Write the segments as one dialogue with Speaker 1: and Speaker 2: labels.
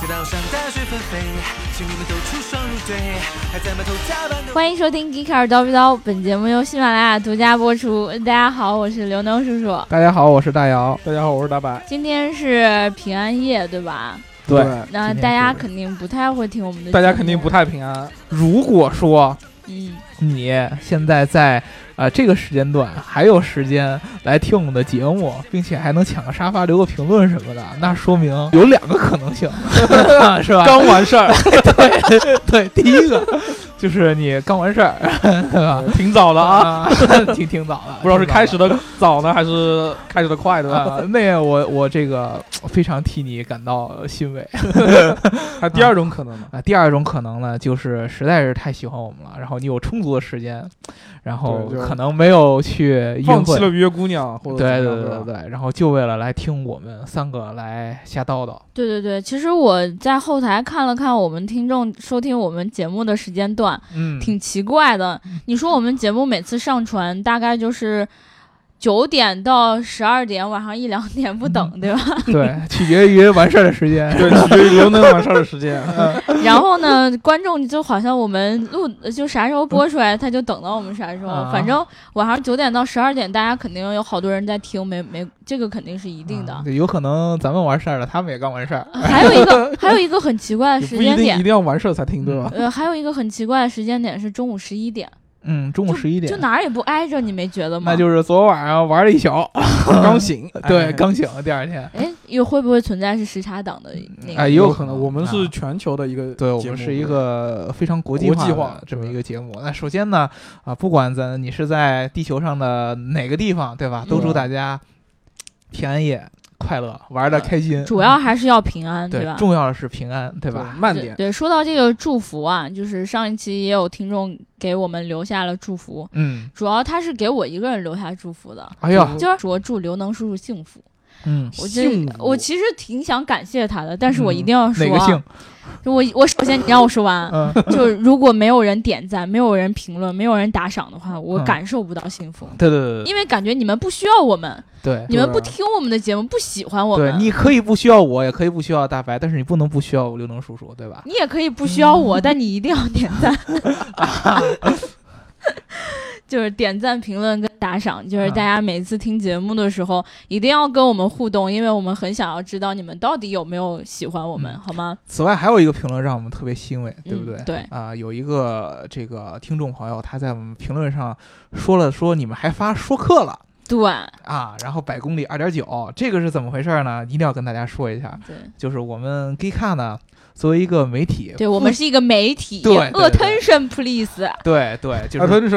Speaker 1: 街道上大雪纷飞，请你们抖出双入对，还在埋头加班的。
Speaker 2: 欢迎收听《Geeker 叨逼叨》，本节目由喜马拉雅独家播出。大家好，我是刘能叔叔。
Speaker 3: 大家好，我是大姚。
Speaker 4: 大家好，我是大白。
Speaker 2: 今天是平安夜，对
Speaker 4: 啊
Speaker 2: 吧？
Speaker 3: 对
Speaker 2: 那
Speaker 3: 今天
Speaker 2: 大家
Speaker 3: 是
Speaker 2: 肯定不太会听我们的，
Speaker 4: 大家肯定不，太平安。
Speaker 3: 如果说
Speaker 2: 嗯，
Speaker 3: 你现在在呃这个时间段还有时间来听我们的节目，并且还能抢个沙发、留个评论什么的，那说明有两个可 能性，是吧？
Speaker 4: 刚完事 儿，
Speaker 3: 对对，第一个就是你刚完事儿，对吧？
Speaker 4: 挺早了
Speaker 3: 啊，
Speaker 4: 啊，
Speaker 3: 挺挺早的，
Speaker 4: 不知道
Speaker 3: 挺早
Speaker 4: 是
Speaker 3: 的
Speaker 4: 开始的早呢，还是开始的快 呢？
Speaker 3: 啊，那个我我这个非常替你感到欣慰。
Speaker 4: 还第二种可能呢？
Speaker 3: 啊，第二种可能呢，就是实在是太喜欢我们了，然后你有充足的时间，然后
Speaker 4: 对就
Speaker 3: 可能没有去约
Speaker 4: 放弃
Speaker 3: 会，
Speaker 4: 了约姑娘，或者
Speaker 3: 对
Speaker 4: 怎么
Speaker 3: 对对
Speaker 4: 样
Speaker 3: 对
Speaker 4: 吧
Speaker 3: 对，然后就为了来听我们三个来瞎叨叨，
Speaker 2: 对对对。其实我在后台看了看我们听众收听我们节目的时间段，
Speaker 3: 嗯，
Speaker 2: 挺奇怪的。你说我们节目每次上传大概就是九点到十二点，晚上一两点不
Speaker 4: 嗯
Speaker 2: 等，对吧？
Speaker 3: 对，取决于完事儿的时间，
Speaker 4: 对，取决于刘能完事儿的时 间。
Speaker 3: 嗯
Speaker 2: 然后呢，观众就好像我们录呃就啥时候播出来，他就等到我们啥时候。
Speaker 3: 啊
Speaker 2: 反正晚上九点到十二点，大家肯定有好多人在听，没没这个肯定是一 定的。
Speaker 3: 啊对有可能咱们完事儿了，他们也刚完事儿，
Speaker 2: 还有一个还有一个很奇怪的
Speaker 4: 也
Speaker 2: 时
Speaker 4: 不一
Speaker 2: 间
Speaker 4: 定一
Speaker 2: 点，
Speaker 4: 定要完事儿才听，对吧？
Speaker 2: 呃，还有一个很奇怪的时间点是中午十一点，
Speaker 3: 嗯，中午
Speaker 2: 就
Speaker 3: 十一点
Speaker 2: 就，哪儿也不挨着，你没觉得吗？
Speaker 3: 那就是昨晚上玩了一宿，
Speaker 4: 哎刚醒，
Speaker 3: 嗯 对，
Speaker 4: 哎
Speaker 3: 刚醒第二天，
Speaker 2: 哎，又会不会存在是时差党的那个？
Speaker 3: 哎
Speaker 4: 也
Speaker 3: 有
Speaker 4: 有
Speaker 3: 可
Speaker 4: 可
Speaker 3: 能
Speaker 4: 能。我们是
Speaker 3: 啊
Speaker 4: 全球的一个节目，
Speaker 3: 对，我们是一个非常国际
Speaker 4: 国
Speaker 3: 化
Speaker 4: 际
Speaker 3: 的
Speaker 4: 化
Speaker 3: 这么
Speaker 4: 对
Speaker 3: 一个节目。那首先呢，啊，不管咱你是在地球上的哪个地方，对吧？都祝
Speaker 4: 嗯
Speaker 3: 大家平安夜快乐，玩的
Speaker 2: 嗯
Speaker 3: 开心。
Speaker 2: 主要还是要平安，
Speaker 3: 对
Speaker 2: 吧？
Speaker 3: 重要的是平安，对
Speaker 4: 对
Speaker 3: 吧？？
Speaker 4: 慢
Speaker 2: 对
Speaker 4: 点，
Speaker 2: 对，说到这个祝福啊，就是上一期也有听众给我们留下了祝福，
Speaker 3: 嗯，
Speaker 2: 主要他是给我一个人留下祝福的，
Speaker 3: 哎呦，
Speaker 2: 就是说祝刘能叔叔幸福。
Speaker 3: 嗯，
Speaker 2: 我这
Speaker 4: 幸福
Speaker 2: 我其实挺想感谢他的，但是我一
Speaker 3: 嗯
Speaker 2: 定要说、啊
Speaker 3: 哪个姓？
Speaker 2: 就我我首先你让我说完，
Speaker 3: 嗯，
Speaker 2: 就是如果没有人点赞、没有人评论、没有人打赏的话，我
Speaker 3: 嗯
Speaker 2: 感受不到幸福。
Speaker 3: 对对对
Speaker 2: 因为感觉你们不需要我们，
Speaker 3: 对
Speaker 2: 你
Speaker 3: 对。啊
Speaker 2: 们
Speaker 4: 对
Speaker 2: 不听我们的节目，不喜欢我
Speaker 3: 对，
Speaker 2: 们，
Speaker 3: 你可以不需要我，也可以不需要大白，但是你不能不需要我刘能叔叔，对吧？
Speaker 2: 你也可以不需要
Speaker 3: 嗯
Speaker 2: 我，但你一定要点 赞， 就是点赞、评论跟打赏，就是
Speaker 3: 嗯
Speaker 2: 大家每次听节目的时候、一定要跟我们互动，因为我们很想要知道你们到底有没有喜欢我们，
Speaker 3: 嗯
Speaker 2: 好吗？
Speaker 3: 此外，还有一个评论让我们特别欣慰，对不对？
Speaker 2: 嗯对
Speaker 3: 啊、有一个这个听众朋友，他在我们评论上说了说你们还发说客了
Speaker 2: 对
Speaker 3: 啊，然后百公里二点九，这个是怎么回事呢？一定要跟大家说一下，
Speaker 2: 对
Speaker 3: 就是我们 g e e k a 呢，作为一个媒体，
Speaker 2: 对，我们是一个媒体
Speaker 3: 对对对
Speaker 2: ，attention please，
Speaker 3: 对对，就
Speaker 4: 啊，
Speaker 3: 是
Speaker 4: 他就是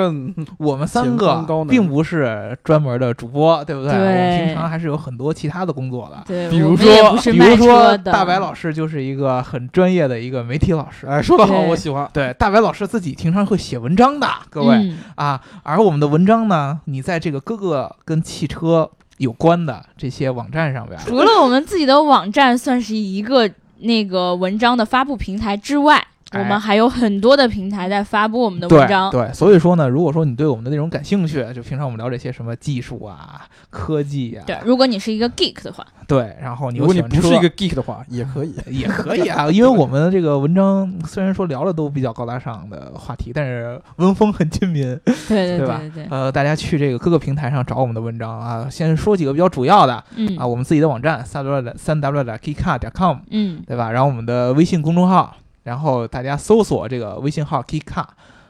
Speaker 3: 我们三
Speaker 4: 前
Speaker 3: 个
Speaker 4: 方高能
Speaker 3: 并不是专门的主播，对不对？
Speaker 2: 对
Speaker 3: 我们平常还是有很多其他的工作的。
Speaker 2: 对，
Speaker 4: 比如
Speaker 2: 我们也
Speaker 4: 说
Speaker 2: 不是
Speaker 3: 比
Speaker 2: 卖
Speaker 3: 如
Speaker 2: 车
Speaker 3: 说，
Speaker 2: 的
Speaker 3: 大白老师就是一个很专业的一个媒体老师，
Speaker 4: 哎，说得好，
Speaker 2: 对
Speaker 4: 我喜欢。
Speaker 3: 对，大白老师自己平常会写文章的，各位、
Speaker 2: 嗯
Speaker 3: 啊。而我们的文章呢，你在这个各个跟汽车有关的这些网站上边，
Speaker 2: 除了我们自己的网站算是一个那个文章的发布平台之外，
Speaker 3: 哎
Speaker 2: 我们还有很多的平台在发布我们的文
Speaker 3: 对
Speaker 2: 章。
Speaker 3: 对，所以说呢，如果说你对我们的内容感兴趣，就平常我们聊这些什么技术啊、科技啊，
Speaker 2: 对如果你是一个 geek 的话，
Speaker 3: 对然后你
Speaker 4: 如
Speaker 3: 又
Speaker 4: 果
Speaker 3: 喜
Speaker 4: 你
Speaker 3: 欢
Speaker 4: 不是
Speaker 3: 车
Speaker 4: 一个 geek 的话，也可以。
Speaker 3: 也可以啊，因为我们这个文章虽然说聊了都比较高大上的话题，但是文风很亲民。
Speaker 2: 对
Speaker 3: 对吧
Speaker 2: 对对，
Speaker 3: 呃，大家去这个各个平台上找我们的文章啊，先说几个比较主要的
Speaker 2: 嗯
Speaker 3: 啊，我们自己的网站三 w 三 w 点 k i k a 点 com
Speaker 2: 嗯
Speaker 3: 对吧？然后我们的微信公众号，然后大家搜索这个微信号 k i k a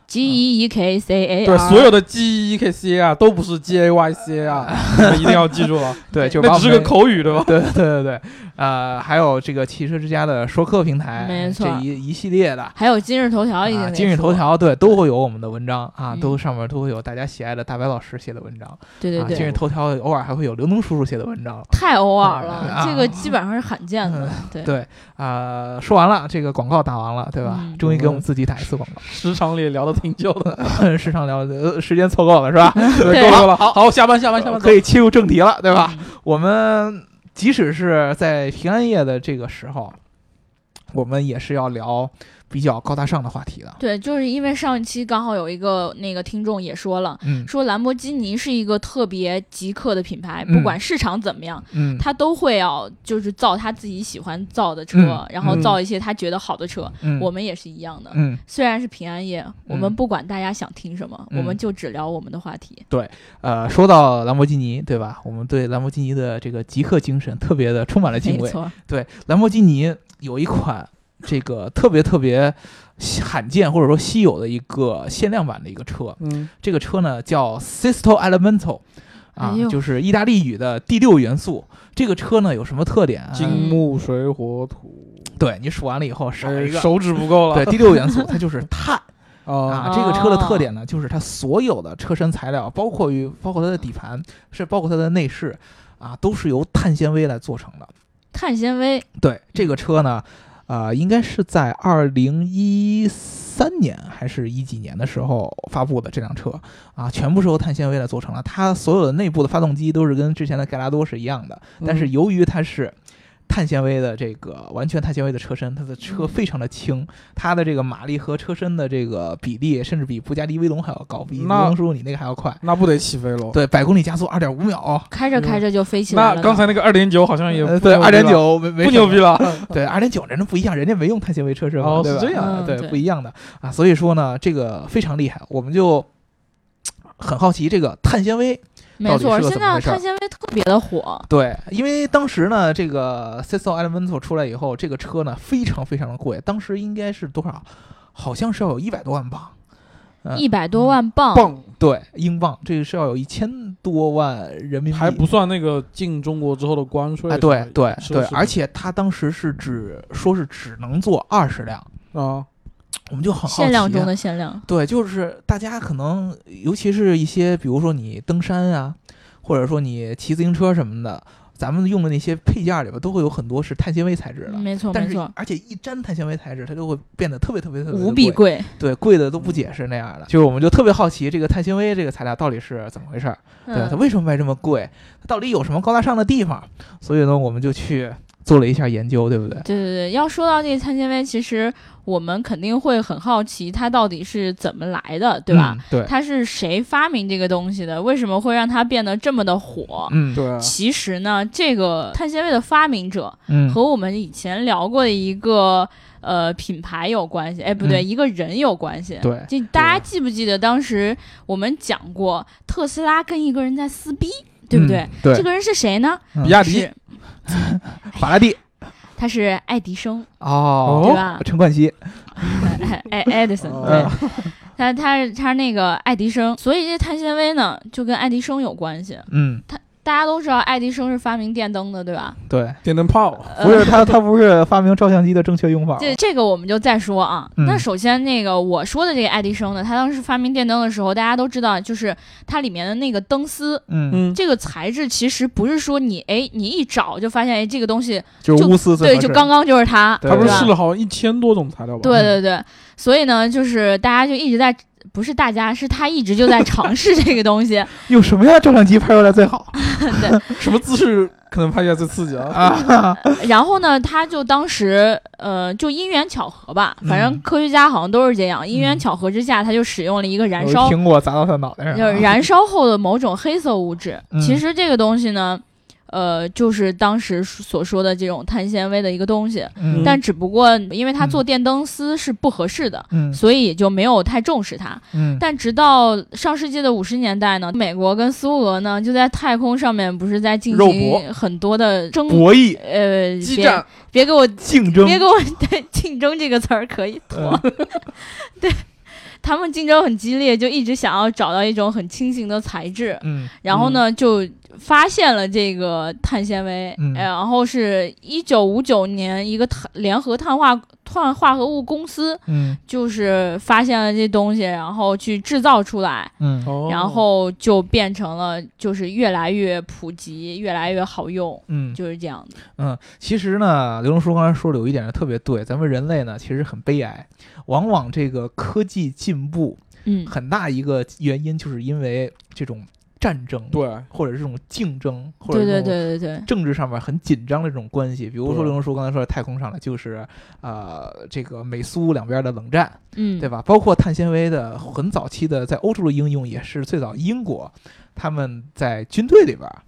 Speaker 2: ，G E E K C A
Speaker 4: 对，
Speaker 2: R
Speaker 4: 所有的 G E E K C A 啊，都不是 G A Y C A 啊，你们一定要记住了。
Speaker 3: 对， 就把
Speaker 4: 那
Speaker 3: 我
Speaker 4: 只
Speaker 3: 们
Speaker 4: 是个口语，对吧？
Speaker 3: 对对 对对，呃，还有这个汽车之家的说客平台，
Speaker 2: 没错
Speaker 3: 这一一系列的。
Speaker 2: 还有今日头条已经
Speaker 3: 啊，
Speaker 2: 在
Speaker 3: 今日头
Speaker 2: 说，
Speaker 3: 条对都会有我们的文章啊，
Speaker 2: 嗯
Speaker 3: 都上面都会有大家喜爱的大白老师写的文章，
Speaker 2: 对对
Speaker 3: 啊，
Speaker 2: 对，
Speaker 3: 今日头条偶尔还会有刘能叔叔写的文章。
Speaker 2: 太偶尔
Speaker 3: 啊嗯
Speaker 2: 了，这个基本上是罕见的。对
Speaker 3: 对啊、说完了，这个广告打完了，对吧？
Speaker 2: 嗯
Speaker 3: 终于给我们自己打一次广
Speaker 4: 时长里聊的挺久的，
Speaker 3: 告， 时长聊呃时间凑够了是吧？
Speaker 4: 对
Speaker 2: 对
Speaker 4: 够了够了，好，好，下班下班下班，
Speaker 3: 可以切入正题了，对吧？
Speaker 2: 嗯
Speaker 3: 我们即使是在平安夜的这个时候，我们也是要聊比较高大上的话题的。
Speaker 2: 对，就是因为上一期刚好有一个那个听众也说了，
Speaker 3: 嗯
Speaker 2: 说兰博基尼是一个特别极客的品牌，
Speaker 3: 嗯
Speaker 2: 不管市场怎么样，
Speaker 3: 嗯
Speaker 2: 他都会要就是造他自己喜欢造的车，
Speaker 3: 嗯
Speaker 2: 然后造一些他觉得好的车。
Speaker 3: 嗯，
Speaker 2: 我们也是一样的，
Speaker 3: 嗯
Speaker 2: 虽然是平安夜，我们不管大家想听什么，
Speaker 3: 嗯
Speaker 2: 我们就只聊我们的话题。
Speaker 3: 呃，说到兰博基尼，对吧？我们对兰博基尼的这个极客精神特别的充满了敬
Speaker 2: 没
Speaker 3: 畏。
Speaker 2: 错，
Speaker 3: 对，兰博基尼有一款这个特别特别稀罕见或者说稀有的一个限量版的一个车，
Speaker 4: 嗯，
Speaker 3: 这个车呢叫 Sisto Elemental，啊，
Speaker 2: 哎呦
Speaker 3: 就是意大利语的第六元素。这个车呢有什么特点啊？
Speaker 4: 金木水火土，
Speaker 3: 对你数完了以后少一
Speaker 4: 哎
Speaker 3: 个。
Speaker 4: 手指不够了。
Speaker 3: 呃 对，第六元素它就是 碳
Speaker 4: 啊，
Speaker 3: 啊。这个车的特点呢，就是它所有的车身材料，包括于包括它的底盘，是包括它的内饰啊，都是由碳纤维来做成的。
Speaker 2: 碳纤维，
Speaker 3: 对这
Speaker 4: 嗯
Speaker 3: 个车呢，呃，应该是在二零一三年还是一几年的时候发布的这辆车啊，全部是由碳纤维来做成了。它所有的内部的发动机都是跟之前的盖拉多是一样的，
Speaker 4: 嗯
Speaker 3: 但是由于它是。碳纤维的这个完全碳纤维的车身，它的
Speaker 4: 嗯
Speaker 3: 车非常的轻，它的这个马力和车身的这个比例，甚至比布加迪威龙还要高，比
Speaker 4: 那
Speaker 3: 龙叔叔你那个还要快。
Speaker 4: 那不得起飞喽？
Speaker 3: 对，百公里加速二点五秒，哦
Speaker 2: 开着开着就飞起来了
Speaker 4: 那
Speaker 2: 呢。
Speaker 4: 刚才那个二点九好像也
Speaker 3: 呃
Speaker 4: 不
Speaker 3: 对，
Speaker 4: 牛逼
Speaker 3: 二点
Speaker 4: 了
Speaker 3: 九没没
Speaker 4: 不
Speaker 3: 什么
Speaker 4: 牛逼 了。
Speaker 2: 嗯
Speaker 3: 对，二点九人家不一样，人家没用碳纤维车身嘛，
Speaker 4: 哦
Speaker 3: 对吧
Speaker 4: 是这样
Speaker 2: 啊嗯
Speaker 3: 对，
Speaker 2: 对
Speaker 3: 不一样的啊。所以说呢，这个非常厉害，我们就很好奇这个碳纤维。
Speaker 2: 没
Speaker 3: 到
Speaker 2: 错，
Speaker 3: 底是个
Speaker 2: 现
Speaker 3: 怎么
Speaker 2: 在
Speaker 3: 回事儿
Speaker 2: 碳纤维特别的火，
Speaker 3: 对，因为当时呢，这个 Sisto Elemento 出来以后，这个车呢非常非常的贵，当时应该是多少？好像是要有一百多万镑。嗯
Speaker 2: 一百多万磅，
Speaker 4: 棒，
Speaker 3: 对，英镑，这个是要有一千多万人民币，
Speaker 4: 还不算那个进中国之后的关税
Speaker 3: 哎，
Speaker 4: 什么的。
Speaker 3: 嗯对对
Speaker 4: 是的
Speaker 3: 对，
Speaker 4: 是的
Speaker 3: 而且它当时是只说是只能做二十辆，
Speaker 4: 啊，
Speaker 3: 我们就很好奇、啊
Speaker 2: 限量中的限量。
Speaker 3: 对，就是大家可能，尤其是一些，比如说你登山啊，或者说你骑自行车什么的，咱们用的那些配件里边都会有很多是碳纤维材质的。
Speaker 2: 没错，嗯
Speaker 3: 但
Speaker 2: 没
Speaker 3: 是
Speaker 2: 错，，
Speaker 3: 而且一沾碳纤维材质，它就会变得特别特别特别地
Speaker 2: 无比
Speaker 3: 贵，
Speaker 2: 贵。
Speaker 3: 对，贵的都不解释那样的。就是我们就特别好奇这个碳纤维这个材料到底是怎么回事儿，对啊吧？它
Speaker 2: 嗯，
Speaker 3: 为什么卖这么贵？它到底有什么高大上的地方？所以呢，我们就去做了一下研究，对不对？
Speaker 2: 对对对，要说到这个碳纤维，其实我们肯定会很好奇它到底是怎么来的，对吧？
Speaker 3: 嗯？对，
Speaker 2: 它是谁发明这个东西的？为什么会让它变得这么的火？
Speaker 3: 嗯，
Speaker 4: 对啊，
Speaker 2: 其实呢，这个碳纤维的发明者
Speaker 3: 嗯，
Speaker 2: 和我们以前聊过的一个呃品牌有关系，哎，不对，
Speaker 3: 嗯
Speaker 2: 一个人有关系。
Speaker 3: 对
Speaker 2: 就大家记不记得当时我们讲过特斯拉跟一个人在撕逼，对不对？
Speaker 3: 嗯对，
Speaker 2: 这个人是谁呢？
Speaker 4: 比亚迪
Speaker 2: 是
Speaker 3: 法拉第
Speaker 2: 他是爱迪 生，
Speaker 3: 哦
Speaker 2: 对吧
Speaker 3: 陈冠希，
Speaker 2: 哎哎爱迪生，对，他他是他是那个爱迪生，所以这碳纤维呢就跟爱迪生有关系。
Speaker 3: 嗯，
Speaker 2: 大家都知道爱迪生是发明电灯的，对吧？
Speaker 3: 对，
Speaker 4: 电灯泡
Speaker 3: 不是 他，他不是发明照相机的正确用法吗。
Speaker 2: 这这个我们呃就再说啊。
Speaker 3: 嗯
Speaker 2: 那首先那个我说的这个爱迪生呢，他当时发明电灯的时候，大家都知道，就是它里面的那个灯丝。
Speaker 3: 嗯，
Speaker 4: 嗯，
Speaker 2: 这个材质其实不是说你哎，你一找就发现哎，这个东西
Speaker 3: 就是
Speaker 2: 就
Speaker 3: 钨丝最
Speaker 2: 对，
Speaker 3: 合
Speaker 2: 就
Speaker 3: 适
Speaker 2: 刚刚就是它，
Speaker 3: 对
Speaker 4: 他不是
Speaker 2: 吧
Speaker 4: 试了好像一千多种材料吧？
Speaker 2: 对对对，所以呢，就是大家就一直在，不是大家，是他一直就在尝试这个东西。
Speaker 3: 用什么样的照相机拍出来最好
Speaker 4: 什么姿势可能拍起来最刺激啊？
Speaker 3: 啊？
Speaker 2: 然后呢，他就当时呃，就因缘巧合吧，反正
Speaker 3: 嗯
Speaker 2: 科学家好像都是这样，因缘
Speaker 3: 嗯
Speaker 2: 巧合之下，他就使用了一个燃
Speaker 3: 有一
Speaker 2: 烧，
Speaker 3: 苹果砸到他脑袋上
Speaker 2: 就是
Speaker 3: 了，
Speaker 2: 燃烧后的某种黑色物质。
Speaker 3: 嗯
Speaker 2: 其实这个东西呢。呃，就是当时所说的这种碳纤维的一个东西，
Speaker 3: 嗯
Speaker 2: 但只不过因为它
Speaker 3: 嗯
Speaker 2: 做电灯丝是不合适的，
Speaker 3: 嗯
Speaker 2: 所以也就没有太重视它。
Speaker 3: 嗯，
Speaker 2: 但直到上世纪的五十年代呢，美国跟苏俄呢就在太空上面不是在进
Speaker 4: 肉搏
Speaker 2: 行很多的争
Speaker 3: 博弈、
Speaker 2: 呃
Speaker 4: 激
Speaker 2: 别
Speaker 4: 战
Speaker 2: 别给我
Speaker 3: 竞争，嗯
Speaker 2: 别给我 对竞争这个词儿可以脱，对他们竞争很激烈，就一直想要找到一种很轻型的材质，
Speaker 3: 嗯
Speaker 2: 然后呢就发现了这个碳纤维，
Speaker 3: 嗯
Speaker 2: 呃然后是一九五九年一个碳联合碳化碳化合物公司
Speaker 3: 嗯
Speaker 2: 就是发现了这东西，然后去制造出来。
Speaker 3: 嗯
Speaker 4: 哦
Speaker 2: 然后就变成了就是越来越普及，越来越好用，
Speaker 3: 嗯
Speaker 2: 就是这样的。
Speaker 3: 嗯。其实呢，刘龙叔刚才说的有一点是特别对，咱们人类呢其实很悲哀，往往这个科技进步
Speaker 2: 嗯，
Speaker 3: 很大一个原因就是因为这种。战争，
Speaker 4: 对，
Speaker 3: 或者是这种竞争，或者
Speaker 2: 对对
Speaker 3: 这种
Speaker 2: 对对对，
Speaker 3: 政治上面很紧张的这种关系。比如说
Speaker 4: 对
Speaker 3: 刘荣叔刚才说的太空上的就是呃这个美苏两边的冷战，
Speaker 2: 嗯，
Speaker 3: 对吧？包括碳纤维的很早期的在欧洲的应用，也是最早英国他们在军队里边儿。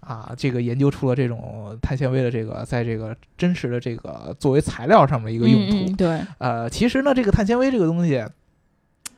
Speaker 3: 啊，这个研究出了这种碳纤维的这个，在这个真实的这个作为材料上面的一
Speaker 2: 一
Speaker 3: 个用途，
Speaker 2: 嗯嗯、对，
Speaker 3: 呃，其实呢，这个碳纤维这个东西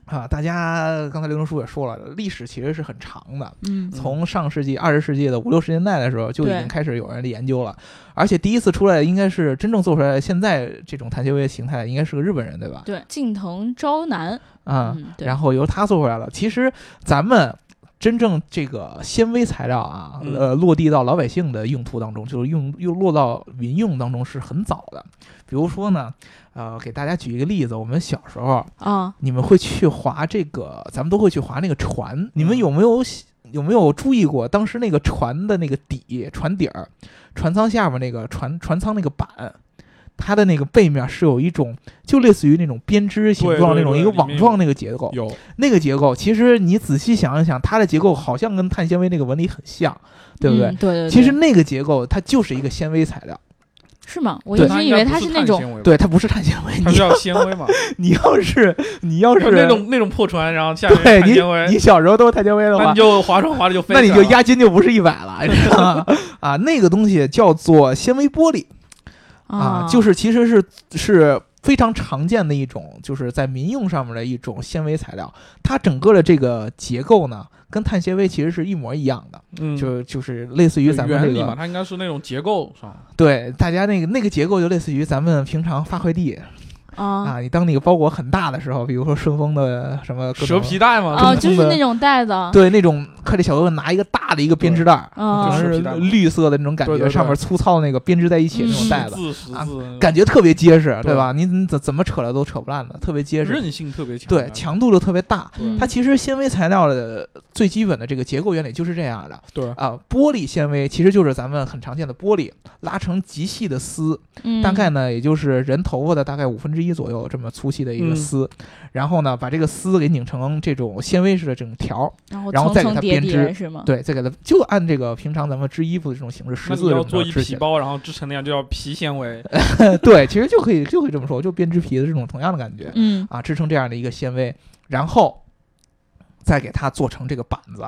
Speaker 3: 啊，大家刚才刘钟书也说了，历史其实是很长的，
Speaker 2: 嗯
Speaker 3: 从上世纪二十世纪的五六十年代的时候就已
Speaker 2: 对
Speaker 3: 经开始有人研究了，而且第一次出来应该是真正做出来现在这种碳纤维形态，应该是个日本人对吧？
Speaker 2: 对，近藤昭男，
Speaker 3: 啊、
Speaker 2: 嗯，对，
Speaker 3: 然后由他做回来了。其实咱们。真正这个纤维材料啊，
Speaker 4: 嗯
Speaker 3: 呃，落地到老百姓的用途当中，就是用又落到民用当中是很早的。比如说呢，呃，给大家举一个例子，我们小时候
Speaker 2: 啊，
Speaker 3: 你们会去划这个， 咱们都会去划那个
Speaker 4: 嗯
Speaker 3: 船。你们有没有有没有注意过，当时那个船的那个底、船底儿、船舱下面那个船船舱那个板，它的那个背面是有一种就类似于那种编织形状那
Speaker 4: 对对
Speaker 3: 种
Speaker 4: 对
Speaker 3: 一个
Speaker 4: 里面
Speaker 3: 网状那个结构。
Speaker 4: 有
Speaker 3: 那个结构其实你仔细想一想，它的结构好像跟碳纤维那个纹理很像，对不对？
Speaker 2: 嗯对对对，
Speaker 3: 其实那个结构它就是一个纤维材料，
Speaker 2: 是吗？我
Speaker 3: 对
Speaker 2: 一直以为它
Speaker 4: 是
Speaker 2: 那种，
Speaker 4: 种，
Speaker 3: 对，它不是碳纤维。
Speaker 4: 它
Speaker 3: 你
Speaker 4: 是要纤维嘛，
Speaker 3: 你要是你要是
Speaker 4: 那种那种破船，然后下面
Speaker 3: 对
Speaker 4: 碳
Speaker 3: 你
Speaker 4: 纤维
Speaker 3: 你，小时候都是碳纤维的
Speaker 4: 那
Speaker 3: 话
Speaker 4: 你，就划船划的就飞起
Speaker 3: 那
Speaker 4: 来了，
Speaker 3: 你就押金就不是一百 了，你知道吗？啊，那个东西叫做纤维玻璃啊，就是是其实是是非常常见的一种，就是在民用上面的一种纤维材料。它整个的这个结构呢，跟碳纤维其实是一模一样的，
Speaker 4: 嗯，
Speaker 3: 就就是类似于
Speaker 4: 有
Speaker 3: 咱们这
Speaker 4: 原理嘛，
Speaker 3: 个
Speaker 4: 它应该是那种结构上，
Speaker 3: 对大家那个那个结构，就类似于咱们平常发快递
Speaker 2: 啊。
Speaker 3: 啊，你当那个包裹很大的时候，比如说顺丰的什么各
Speaker 4: 蛇
Speaker 3: 种
Speaker 4: 皮带嘛，
Speaker 2: 哦，
Speaker 3: 中
Speaker 2: 就是
Speaker 3: 东的
Speaker 2: 那种袋子，对，
Speaker 3: 对那种快递小哥哥拿一个大的一个编织袋儿，
Speaker 2: 啊嗯
Speaker 3: 可
Speaker 4: 就是皮
Speaker 3: 能
Speaker 4: 带
Speaker 3: 是
Speaker 4: 嘛
Speaker 3: 绿色的那种感
Speaker 4: 对对
Speaker 3: 觉，
Speaker 4: 对
Speaker 3: 上面粗糙那个编织在一起的那
Speaker 4: 十
Speaker 3: 种
Speaker 2: 嗯
Speaker 3: 袋子，
Speaker 4: 字十
Speaker 3: 啊
Speaker 4: 字，
Speaker 3: 感觉特别结实，
Speaker 4: 对
Speaker 3: 对吧？你你怎怎么扯了都扯不烂的，特别结实，
Speaker 4: 韧性特别强，啊
Speaker 3: 对，强度就特别大。
Speaker 4: 对
Speaker 2: 嗯
Speaker 3: 它其实纤维材料的最基本的这个结构原理就是这样的
Speaker 4: 对，
Speaker 3: 啊，玻璃纤维其实就是咱们很常见的玻璃，拉成极细的丝，
Speaker 2: 嗯
Speaker 3: 大概呢也就是人头发的大概五分之一左右这么粗细的一个
Speaker 4: 嗯
Speaker 3: 丝，然后呢把这个丝给拧成这种纤维式的这种条儿，
Speaker 2: 然后
Speaker 3: 然后
Speaker 2: 层
Speaker 3: 再给
Speaker 2: 层
Speaker 3: 它
Speaker 2: 叠
Speaker 3: 编
Speaker 2: 叠
Speaker 3: 织
Speaker 2: 是吗？
Speaker 3: 对，再给它就按这个平常咱们织衣服的这种形式，
Speaker 4: 啊那
Speaker 3: 十字
Speaker 4: 你
Speaker 3: 这
Speaker 4: 要
Speaker 3: 么
Speaker 4: 做
Speaker 3: 着
Speaker 4: 一
Speaker 3: 织起
Speaker 4: 皮
Speaker 3: 来哎
Speaker 4: 包，然后织成那样，就叫皮纤维，
Speaker 3: 对，其实就可以就可以这么说，就编织皮的这种同样的感觉
Speaker 2: 嗯
Speaker 3: 啊，织成这样的一个纤维，然后再给它做成这个板子。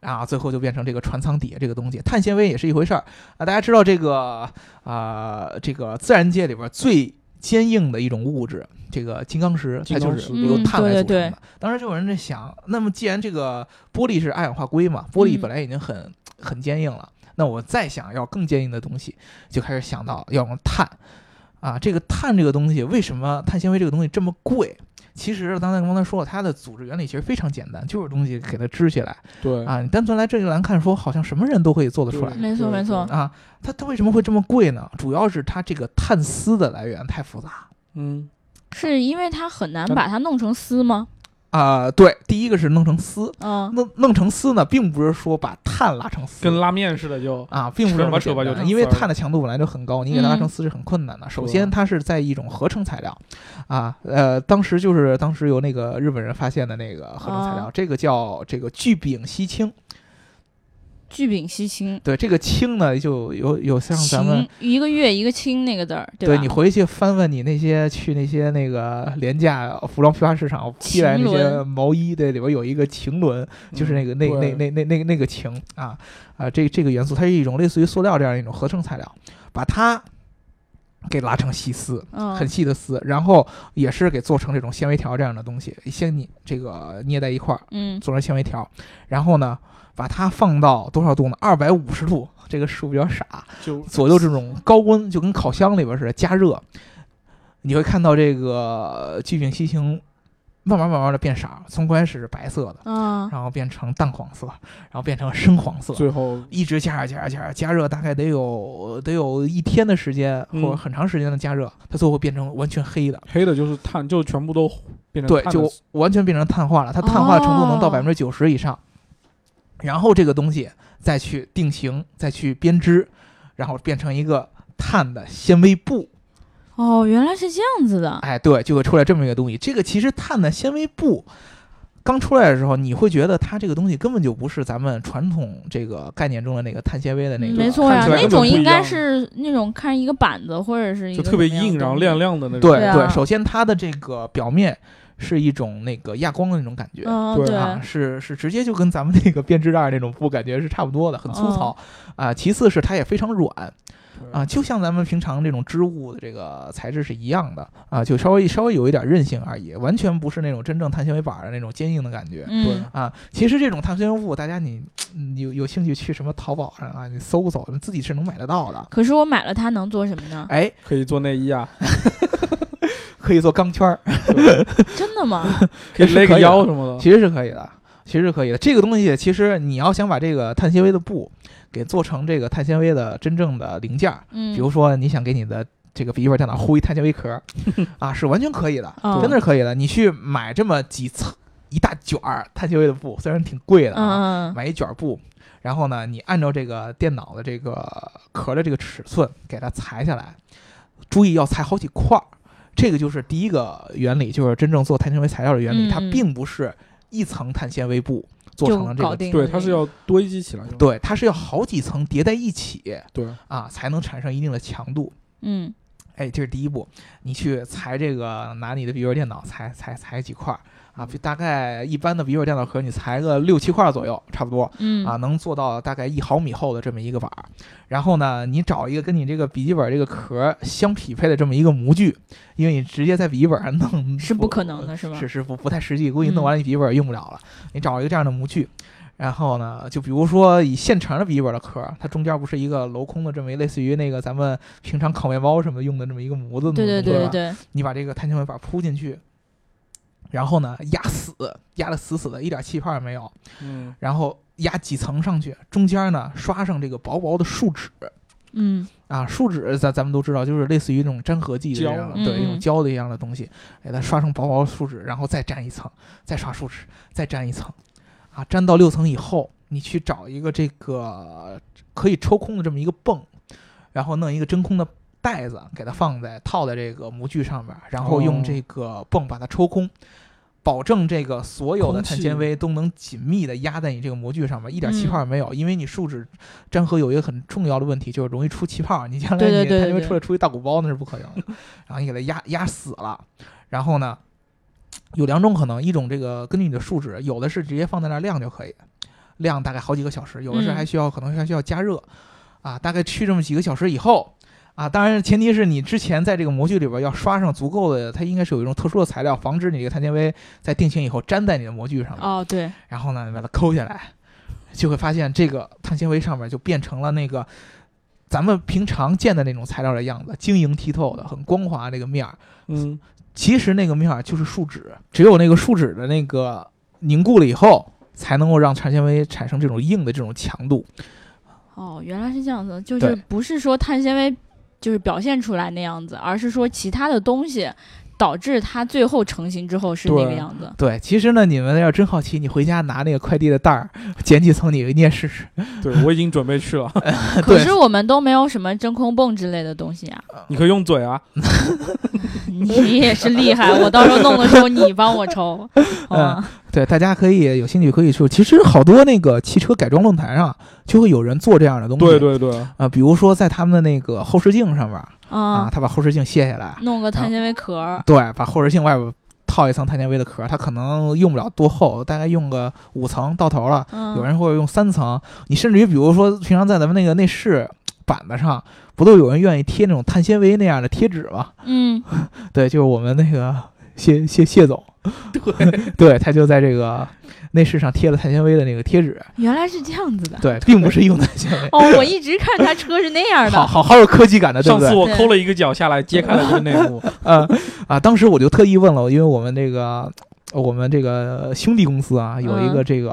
Speaker 3: 啊，最后就变成这个船舱底下这个东西，碳纤维也是一回事儿啊。大家知道这个啊、这个自然界里边最坚硬的一种物质，这个金刚石，它
Speaker 4: 金
Speaker 3: 就
Speaker 4: 刚
Speaker 3: 是
Speaker 4: 石
Speaker 3: 由
Speaker 2: 嗯
Speaker 3: 碳来
Speaker 2: 对
Speaker 3: 组成的。
Speaker 2: 对对
Speaker 3: 当时就有人在想，那么既然这个玻璃是二氧化硅嘛，玻璃
Speaker 2: 嗯
Speaker 3: 本来已经很、很坚硬了，那我再想要更坚硬的东西，就开始想到要用碳啊。这个碳这个东西，为什么碳纤维这个东西这么贵？其实刚才刚才说了，它的组织原理其实非常简单，就是东西给它支起来
Speaker 4: 对，
Speaker 3: 啊。你单纯来这个栏看说，好像什么人都可以做得出来
Speaker 4: 对
Speaker 2: 没错没错
Speaker 3: 啊。它它为什么会这么贵呢？主要是它这个碳丝的来源太复杂
Speaker 4: 嗯，
Speaker 2: 是因为它很难
Speaker 4: 它
Speaker 2: 把它弄成丝吗？
Speaker 3: 啊。对，第一个是弄成丝，
Speaker 2: 嗯
Speaker 3: 弄弄成丝呢，并不是说把碳拉成丝，
Speaker 4: 跟拉面似的就，
Speaker 3: 啊，并不是那
Speaker 4: 扯吧
Speaker 3: 么
Speaker 4: 扯吧
Speaker 3: 简
Speaker 4: 就
Speaker 3: 单
Speaker 4: 成
Speaker 3: 因为
Speaker 4: 丝儿了
Speaker 3: 碳的强度本来就很高，你给它拉成
Speaker 2: 嗯
Speaker 3: 丝是很困难的。首
Speaker 4: 对
Speaker 3: 先，它是在一种合成材料，啊，呃，当时就是当时由那个日本人发现的那个合成材料，
Speaker 2: 哦
Speaker 3: 这个叫这个聚丙烯氢。
Speaker 2: 聚丙烯氢，
Speaker 3: 对，这个氢呢，就有有像咱们
Speaker 2: 氢一个月一个氢那个字儿，吧？
Speaker 3: 你回去翻翻你那些去那些那个廉价服装批发市场批来那
Speaker 2: 晴
Speaker 3: 些
Speaker 2: 纶
Speaker 3: 毛衣，对，里边有一个晴纶， 就是那个那那
Speaker 4: 嗯
Speaker 3: 那
Speaker 4: 对
Speaker 3: 那那那个晴啊啊，这这个元素它是一种类似于塑料这样一种合成材料，把它给拉成细丝。
Speaker 2: 嗯
Speaker 3: 很细的丝，然后也是给做成这种纤维条这样的东西，先你这个捏在一块儿，
Speaker 2: 嗯
Speaker 3: 做成纤维条，然后呢，把它放到多少度呢？二百五十度，这个数比较傻，
Speaker 4: 就
Speaker 3: 左右这种高温，就跟烤箱里边似的加热，你会看到这个呃聚丙烯氢慢慢慢慢的变色儿，从刚开始是白色的，
Speaker 2: 啊
Speaker 3: 然后变成淡黄色，然后变成深黄色，
Speaker 4: 最后
Speaker 3: 一直加热加热加热加热，大概得有得有一天的时间或
Speaker 4: 嗯
Speaker 3: 者很长时间的加热，它最后会变成完全黑的。
Speaker 4: 黑的就是碳，就全部都变成
Speaker 3: 对，
Speaker 4: 碳
Speaker 3: 就
Speaker 4: 的
Speaker 3: 完全变成碳化了，它碳化的程度能到百分之九十以上。然后这个东西再去定型，再去编织，然后变成一个碳的纤维布。
Speaker 2: 哦，原来是这样子的，
Speaker 3: 哎哎，对，就会出来这么一个东西。这个其实碳的纤维布刚出来的时候，你会觉得它这个东西根本就不是咱们传统这个概念中的那个碳纤维的那
Speaker 2: 嗯
Speaker 3: 个，
Speaker 2: 没错
Speaker 4: 看
Speaker 2: 呀、
Speaker 4: 起来
Speaker 2: 那
Speaker 4: 根本
Speaker 2: 种
Speaker 4: 不
Speaker 2: 应
Speaker 4: 一
Speaker 2: 该
Speaker 4: 样
Speaker 2: 是那种看一个板子或者是一
Speaker 4: 就
Speaker 2: 个
Speaker 4: 特别
Speaker 2: 什么样
Speaker 4: 硬，
Speaker 2: 的
Speaker 4: 然后
Speaker 2: 东西
Speaker 4: 亮亮的那种。
Speaker 3: 对
Speaker 2: 对啊
Speaker 3: 对，首先它的这个表面是一种那个亚光的那种感觉。
Speaker 2: 嗯，
Speaker 4: 对
Speaker 3: 啊，是是直接就跟咱们那个编织袋那种布感觉是差不多的，很
Speaker 2: 嗯
Speaker 3: 粗糙啊、其次是它也非常软啊、
Speaker 4: 嗯
Speaker 3: 就像咱们平常这种织物的这个材质是一样的啊、就稍微稍微有一点韧性而已，完全不是那种真正碳纤维板儿的那种坚硬的感觉。
Speaker 2: 嗯，
Speaker 3: 啊，其实这种碳纤维布，大家你你有有兴趣去什么淘宝上啊，你搜搜，你自己是能买得到的。
Speaker 2: 可是我买了它能做什么 呢？
Speaker 3: 哎，
Speaker 4: 可以做内 衣啊，
Speaker 3: 可以做钢圈儿，
Speaker 2: 真的 吗？
Speaker 4: 可以勒
Speaker 3: 可
Speaker 4: 个
Speaker 3: 以的
Speaker 4: 腰什么的。
Speaker 3: 其实是可以的，其实是可以的。这个东西其实你要想把这个碳纤维的布给做成这个碳纤维的真正的零件儿，
Speaker 2: 嗯，
Speaker 3: 比如说你想给你的这个笔记本电脑糊一碳纤维 壳儿，啊，是完全可以的，
Speaker 2: 哦
Speaker 3: 真的是可以的。你去买这么几层一大卷儿碳纤维的布，虽然挺贵的啊，
Speaker 2: 嗯嗯
Speaker 3: 买一卷儿布。然后呢，你按照这个电脑的这个壳的这个尺寸给它裁下来，注意要裁好几块儿。这个就是第一个原理，就是真正做碳纤维材料的原理，
Speaker 2: 嗯
Speaker 3: 它
Speaker 2: 嗯
Speaker 3: 并不是一层碳纤维布做成了
Speaker 2: 就
Speaker 3: 这
Speaker 2: 搞
Speaker 3: 个，
Speaker 2: 定了
Speaker 4: 对，
Speaker 2: 这
Speaker 4: 它是
Speaker 2: 个
Speaker 4: 要堆积起来的。
Speaker 3: 对，它是要好几层叠在一起
Speaker 4: 对，
Speaker 3: 啊，才能产生一定的强度。
Speaker 2: 嗯
Speaker 3: 哎，这是第一步，你去裁这个，拿你的笔记本电脑裁裁裁几块儿啊，比大概一般的笔记本电脑壳你裁个六七块儿左右，差不多
Speaker 2: 嗯
Speaker 3: 啊，能做到大概一毫米厚的这么一个板儿。然后呢，你找一个跟你这个笔记本这个壳儿相匹配的这么一个模具，因为你直接在笔记本上弄
Speaker 2: 是不可能的是吧嗯
Speaker 3: 是是不不太实际，估计弄完了你笔记本用不了了。你找一个这样的模具。然后呢，就比如说以现成的笔记本的壳儿，它中间不是一个镂空的这么一类似于那个咱们平常烤面包什么用的这么一个模子那么
Speaker 2: 对对
Speaker 3: 东西
Speaker 2: 对对
Speaker 3: 吧
Speaker 2: 对，
Speaker 3: 你把这个碳纤维板铺进去，然后呢压死，压得死死的，一点气泡也没有，
Speaker 4: 嗯，
Speaker 3: 然后压几层上去，中间呢刷上这个薄薄的树脂
Speaker 2: 嗯
Speaker 3: 啊，树脂咱咱们都知道，就是类似于那种粘合剂的这样的，
Speaker 2: 胶
Speaker 3: 对，一
Speaker 2: 嗯
Speaker 3: 种胶的一样的东西，给它刷成薄薄的树脂，然后再粘一层，再刷树脂，再粘一层，啊，粘到六层以后，你去找一个这个可以抽空的这么一个泵，然后弄一个真空的。袋子给它放在套在这个模具上面，然后用
Speaker 4: 哦
Speaker 3: 这个泵把它抽空，保证这个所有的
Speaker 4: 空
Speaker 3: 碳
Speaker 4: 气
Speaker 3: 纤维都能紧密的压在你这个模具上面，一
Speaker 2: 嗯
Speaker 3: 点气泡也没有。因为你树脂粘合有一个很重要的问题，就是容易出气泡。你将来
Speaker 2: 对对
Speaker 3: 你
Speaker 2: 对
Speaker 3: 碳纤维
Speaker 2: 对
Speaker 3: 出来出一大鼓包那是不可能的。然后你给它压压死了，然后呢，有两种可能，一种这个根据你的树脂，有的是直接放在那儿晾就可以，晾大概好几个小时，有的是
Speaker 2: 嗯
Speaker 3: 还需要、可能还需要加热，啊，大概去这么几个小时以后。啊，当然，前提是你之前在这个模具里边要刷上足够的，它应该是有一种特殊的材料，防止你这个碳纤维在定型以后粘在你的模具上面。
Speaker 2: 哦对，
Speaker 3: 然后呢，把它抠下来，就会发现这个碳纤维上面就变成了那个咱们平常见的那种材料的样子，晶莹剔透的，很光滑那个面儿。
Speaker 4: 嗯，
Speaker 3: 其实那个面儿就是树脂，只有那个树脂的那个凝固了以后，才能够让碳纤维产生这种硬的这种强度。
Speaker 2: 哦原来是这样子，就
Speaker 3: 对
Speaker 2: 是不是说碳纤维就是表现出来那样子，而是说其他的东西导致它最后成型之后是那个
Speaker 4: 对
Speaker 2: 样子。
Speaker 3: 对，其实呢，你们要真好奇，你回家拿那个快递的袋儿，捡几层你捏试试。
Speaker 4: 对我已经准备去了，
Speaker 2: 可
Speaker 3: 对
Speaker 2: 是我们都没有什么真空泵之类的东西啊。
Speaker 4: 你可以用嘴啊。
Speaker 2: 你也是厉害，我到时候弄的时候你帮我抽，
Speaker 3: 嗯
Speaker 2: 哦好吗？
Speaker 3: 对，大家可以有兴趣可以去。其实好多那个汽车改装论坛上就会有人做这样的东西。
Speaker 4: 对对对，
Speaker 3: 啊，比如说在他们的那个后视镜上面儿啊，
Speaker 2: 啊，
Speaker 3: 他把后视镜卸下来，
Speaker 2: 嗯弄个碳纤维壳儿，
Speaker 3: 对，把后视镜外边套一层碳纤维的壳儿，它可能用不了多厚，大概用个五层到头了，
Speaker 2: 嗯，
Speaker 3: 有人会用三层。你甚至于比如说平常在咱们那个内饰板子上，不都有人愿意贴那种碳纤维那样的贴纸吗？
Speaker 2: 嗯，
Speaker 3: 对，就是我们那个谢谢谢总，对对，他就在这个内饰上贴了碳纤维的那个贴纸，
Speaker 2: 原来是这样子的。
Speaker 3: 对，并不是用碳纤维。
Speaker 2: 哦，我一直看他车是那样
Speaker 3: 好
Speaker 2: 的，
Speaker 3: 好好有科技感的，对
Speaker 4: 上
Speaker 3: 不对？
Speaker 4: 次我
Speaker 2: 对
Speaker 4: 抠了一个脚下来，揭开了一个内 幕。
Speaker 3: 呃啊，当时我就特意问了我，因为我们这个呃我们这个兄弟公司啊，有一个这个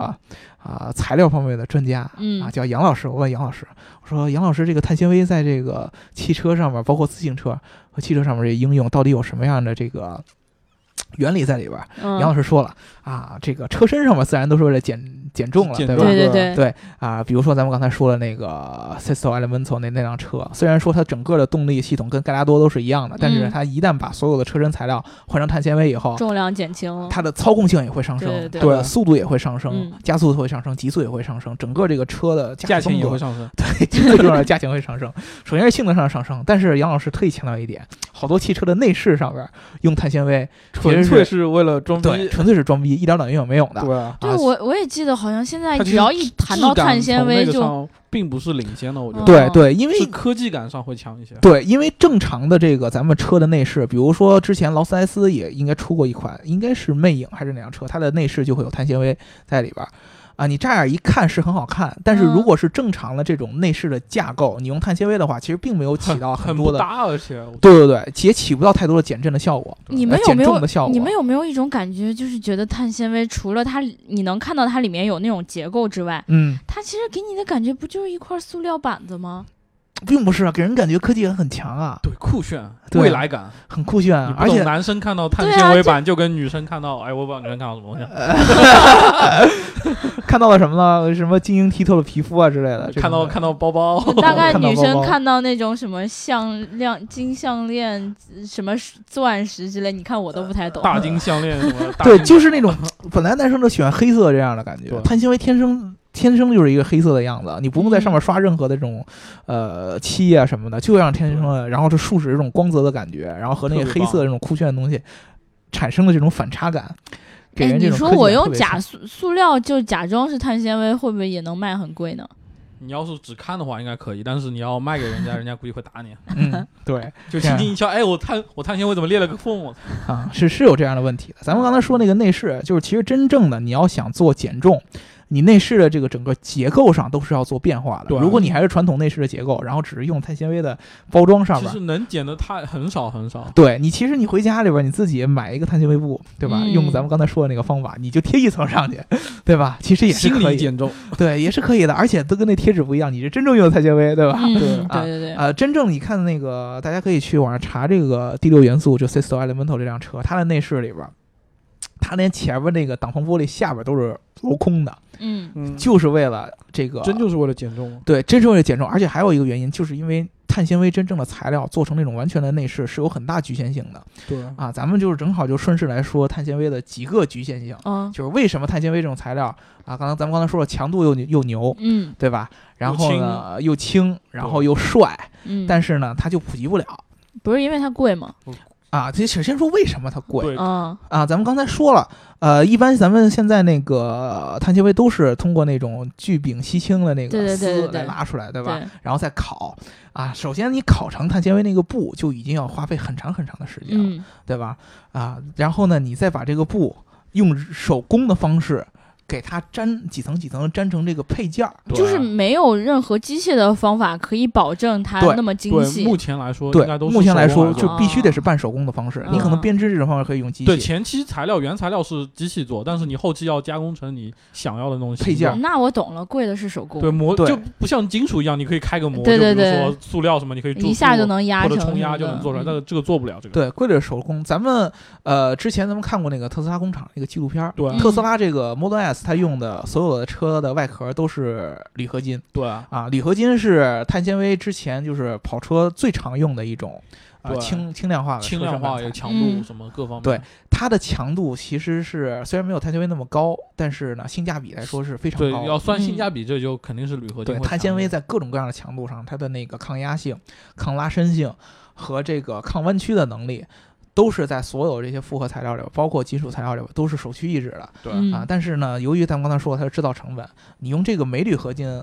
Speaker 3: 啊、材料方面的专家，
Speaker 2: 嗯
Speaker 3: 啊叫杨老师。我问杨老师，我说杨老师，这个碳纤维在这个汽车上面，包括自行车和汽车上面这应用，到底有什么样的这个原理在里边儿。
Speaker 2: 嗯，
Speaker 3: 杨老师说了啊，这个车身上面自然都是为了减减重了，
Speaker 4: 减
Speaker 3: 对吧？
Speaker 4: 重
Speaker 2: 对
Speaker 4: 对
Speaker 2: 对，
Speaker 3: 啊，比如说咱们刚才说的那个 Sisto Elemental 那那辆车，虽然说它整个的动力系统跟盖拉多都是一样的，但是
Speaker 2: 嗯
Speaker 3: 它一旦把所有的车身材料换成碳纤维以后，
Speaker 2: 重量减轻了，
Speaker 3: 它的操控性也会上升，
Speaker 2: 对对
Speaker 3: 它的
Speaker 4: 对
Speaker 3: 速度也会上升，
Speaker 2: 嗯
Speaker 3: 加速会上升，极速也会上升，整个这个车的驾
Speaker 4: 价
Speaker 3: 驶风
Speaker 4: 钱也
Speaker 3: 格
Speaker 4: 会上 升。
Speaker 3: 对，最重要的价钱会上升。首先是性能上的上升，但是杨老师特意强调一点，好多汽车的内饰上边用碳纤维，
Speaker 4: 纯粹是为了装逼。
Speaker 3: 对，纯粹是装逼，一点卵用也没有的。
Speaker 4: 对啊，
Speaker 2: 对
Speaker 3: 啊
Speaker 2: 我我也记得，好像现在
Speaker 4: 它
Speaker 2: 只
Speaker 4: 其实
Speaker 2: 要一谈到
Speaker 4: 质感
Speaker 2: 碳纤
Speaker 4: 从
Speaker 2: 维
Speaker 4: 那个
Speaker 2: 就
Speaker 4: 上并不是领先的，我觉得
Speaker 3: 对
Speaker 2: 哦
Speaker 3: 对，因为
Speaker 4: 是科技感上会强一些。
Speaker 3: 对，因为正常的这个咱们车的内饰，比如说之前劳斯莱斯也应该出过一款，应该是魅影还是哪辆车，它的内饰就会有碳纤维在里边儿。啊，你乍眼一看是很好看，但是如
Speaker 2: 嗯
Speaker 3: 果是正常的这种内饰的架构，你用碳纤维的话，其实并没有起到
Speaker 4: 很
Speaker 3: 多
Speaker 4: 不
Speaker 3: 的，
Speaker 4: 搭，而且我
Speaker 3: 对对对，也起不到太多的减震的效果。
Speaker 2: 你们
Speaker 3: 呃
Speaker 2: 有
Speaker 3: 减
Speaker 2: 没有
Speaker 3: 重的效
Speaker 2: 你
Speaker 3: 果
Speaker 2: 们有没有一种感觉，就是觉得碳纤维除了它里，你能看到它里面有那种结构之外，
Speaker 3: 嗯，
Speaker 2: 它其实给你的感觉不就是一块塑料板子吗？
Speaker 3: 并不是啊，给人感觉科技感很强啊，
Speaker 4: 对酷炫、
Speaker 3: 对
Speaker 4: 未来感，
Speaker 3: 很酷炫啊
Speaker 4: 你，不
Speaker 3: 而
Speaker 4: 懂
Speaker 3: 且
Speaker 4: 男生看到碳
Speaker 2: 对啊
Speaker 4: 纤维板就跟女生看到，哎，我不知道女生看到什么东西，
Speaker 3: 看到了什么呢？什么晶莹剔透的皮肤啊之类的，
Speaker 4: 看到看到包包，
Speaker 2: 大概
Speaker 3: 看到
Speaker 2: 女
Speaker 3: 包
Speaker 2: 生
Speaker 3: 包
Speaker 2: 看到那种什么项链、金项链、什么钻石之类，你看我都不太懂。
Speaker 4: 大金项链什么，大
Speaker 3: 对，
Speaker 4: 金
Speaker 3: 就是那种本来男生都喜欢黑色这样的感觉
Speaker 4: 对，
Speaker 3: 碳纤维天生天生就是一个黑色的样子，你不用在上面
Speaker 4: 嗯
Speaker 3: 刷任何的这种呃漆啊什么的，就让天生的，然后是树脂这种光泽的感觉，然后和那个
Speaker 4: 特别
Speaker 3: 黑
Speaker 4: 棒
Speaker 3: 色的这种酷炫的东西产生的这种反差感，给
Speaker 2: 哎，
Speaker 3: 人这
Speaker 2: 你
Speaker 3: 种
Speaker 2: 说
Speaker 3: 科技
Speaker 2: 我
Speaker 3: 感特
Speaker 2: 用
Speaker 3: 别
Speaker 2: 假
Speaker 3: 强
Speaker 2: 塑塑料就假装是碳纤维，会不会也能卖很贵呢？
Speaker 4: 你要是只看的话应该可以，但是你要卖给 人家，人家估计会打你，
Speaker 3: 嗯，对
Speaker 4: 就
Speaker 3: 这样
Speaker 4: 轻轻一敲，哎，我碳我碳纤维怎么裂了个缝？ 我操
Speaker 3: 啊，是是有这样的问题的。咱们刚才说那个内饰，啊就是其实真正的你要想做减重。你内饰的这个整个结构上都是要做变化的。
Speaker 4: 对
Speaker 3: 如果你还是传统内饰的结构，然后只是用碳纤维的包装上
Speaker 4: 其
Speaker 3: 面，
Speaker 4: 实能减的太很少很少，
Speaker 3: 对你，其实你回家里边儿你自己买一个碳纤维布，对吧？
Speaker 2: 嗯
Speaker 3: 用咱们刚才说的那个方法，你就贴一层上去， 对吧？其实也是
Speaker 4: 心
Speaker 3: 可
Speaker 4: 理
Speaker 3: 以，
Speaker 4: 减重，
Speaker 3: 对，也是可以的，而且都跟那贴纸不一样，你是真正用的碳纤维，对吧？
Speaker 2: 嗯，对
Speaker 4: 啊
Speaker 2: 对对，
Speaker 3: 呃，真正你看那个，大家可以去网上查这个第六元素，就 Sisto Elemental 这辆车，它的内饰里边儿，它连前面那个挡风玻璃下边儿都是镂空的，
Speaker 2: 嗯，
Speaker 4: 嗯，
Speaker 3: 就是为了这个，
Speaker 4: 真就是为了减重。
Speaker 3: 对，真是为了减重，啊而且还有一个原因，就是因为碳纤维真正的材料做成那种完全的内饰是有很大局限性的。
Speaker 4: 对，
Speaker 3: 啊，咱们就是正好就顺势来说碳纤维的几个局限性，
Speaker 2: 嗯
Speaker 3: 就是为什么碳纤维这种材料啊，刚才咱们刚才说了，强度又又牛，
Speaker 2: 嗯
Speaker 3: 对吧？然后呢又轻，然后
Speaker 4: 对
Speaker 3: 又帅，
Speaker 2: 嗯，
Speaker 3: 但是呢它就普及不了
Speaker 2: 不是因为它贵吗？
Speaker 3: 啊。其实先说为什么它贵
Speaker 4: 对
Speaker 2: 嗯
Speaker 3: 啊，咱们刚才说了，呃，一般咱们现在那个碳纤维都是通过那种聚丙烯烃的那
Speaker 2: 对对
Speaker 3: 个
Speaker 2: 对
Speaker 3: 丝
Speaker 2: 对对
Speaker 3: 来拉出来，对吧？
Speaker 2: 对，
Speaker 3: 然后再烤啊，首先你烤成碳纤维那个布就已经要花费很长很长的时间了。
Speaker 2: 嗯
Speaker 3: 对吧？啊，然后呢，你再把这个布用手工的方式给它粘几层几层，粘成这个配件儿。
Speaker 4: 对
Speaker 2: 就是没有任何机械的方法可以保证它
Speaker 3: 对
Speaker 2: 那么精
Speaker 4: 对，
Speaker 2: 细。
Speaker 4: 目前来说
Speaker 3: 对
Speaker 4: 应该，都是
Speaker 3: 目前来说
Speaker 4: 手工
Speaker 3: 就
Speaker 4: 做
Speaker 3: 必须得是半手工的方式。你可能
Speaker 2: 嗯
Speaker 3: 编织这种方式可以用机
Speaker 4: 对
Speaker 3: 器，
Speaker 4: 前期材料原材料是机器做，但是你后期要加工成你想要的那种
Speaker 3: 配件
Speaker 4: 形状
Speaker 3: 儿
Speaker 2: 那我懂了，贵的是手工，
Speaker 4: 对磨
Speaker 3: 对
Speaker 4: 就不像金属一样，你可以开个模，
Speaker 2: 对对
Speaker 4: 就比如
Speaker 2: 对
Speaker 4: 说塑料什么，你可以注
Speaker 2: 一下
Speaker 4: 塑
Speaker 2: 就能压
Speaker 4: 或
Speaker 2: 成嗯
Speaker 4: 者
Speaker 2: 什么
Speaker 4: 冲
Speaker 2: 的，
Speaker 4: 压就能做出来，但是这个做不了这个。
Speaker 3: 对，贵的是手工。咱们呃，之前咱们看过那个特斯拉工厂那个纪录片儿。
Speaker 4: 对啊
Speaker 3: 特斯拉这个 Model S，它用的所有的车的外壳都是铝合金
Speaker 4: 对啊，
Speaker 3: 啊，铝合金是碳纤维之前就是跑车最常用的一种啊
Speaker 4: 对
Speaker 3: 轻轻量化的
Speaker 4: 轻
Speaker 3: 车
Speaker 4: 量
Speaker 3: 上
Speaker 4: 化
Speaker 3: 板
Speaker 4: 有
Speaker 3: 材
Speaker 4: 强
Speaker 2: 嗯
Speaker 4: 度什么各方面。
Speaker 3: 对它的强度其实是虽然没有碳纤维那么高，但是呢，性价比来说是非常
Speaker 4: 对，
Speaker 3: 高
Speaker 4: 要
Speaker 3: 的。
Speaker 4: 算性
Speaker 2: 嗯
Speaker 4: 价比，这就肯定是铝合金
Speaker 3: 对
Speaker 4: 会强一点。
Speaker 3: 碳纤维在各种各样的强度上，它的那个抗压性、抗拉伸性和这个抗弯曲的能力，都是在所有这些复合材料里，包括金属材料里，都是首屈一指的
Speaker 4: 对
Speaker 2: 嗯
Speaker 3: 啊。但是呢，由于咱们刚才说它的制造成本，你用这个镁铝合金。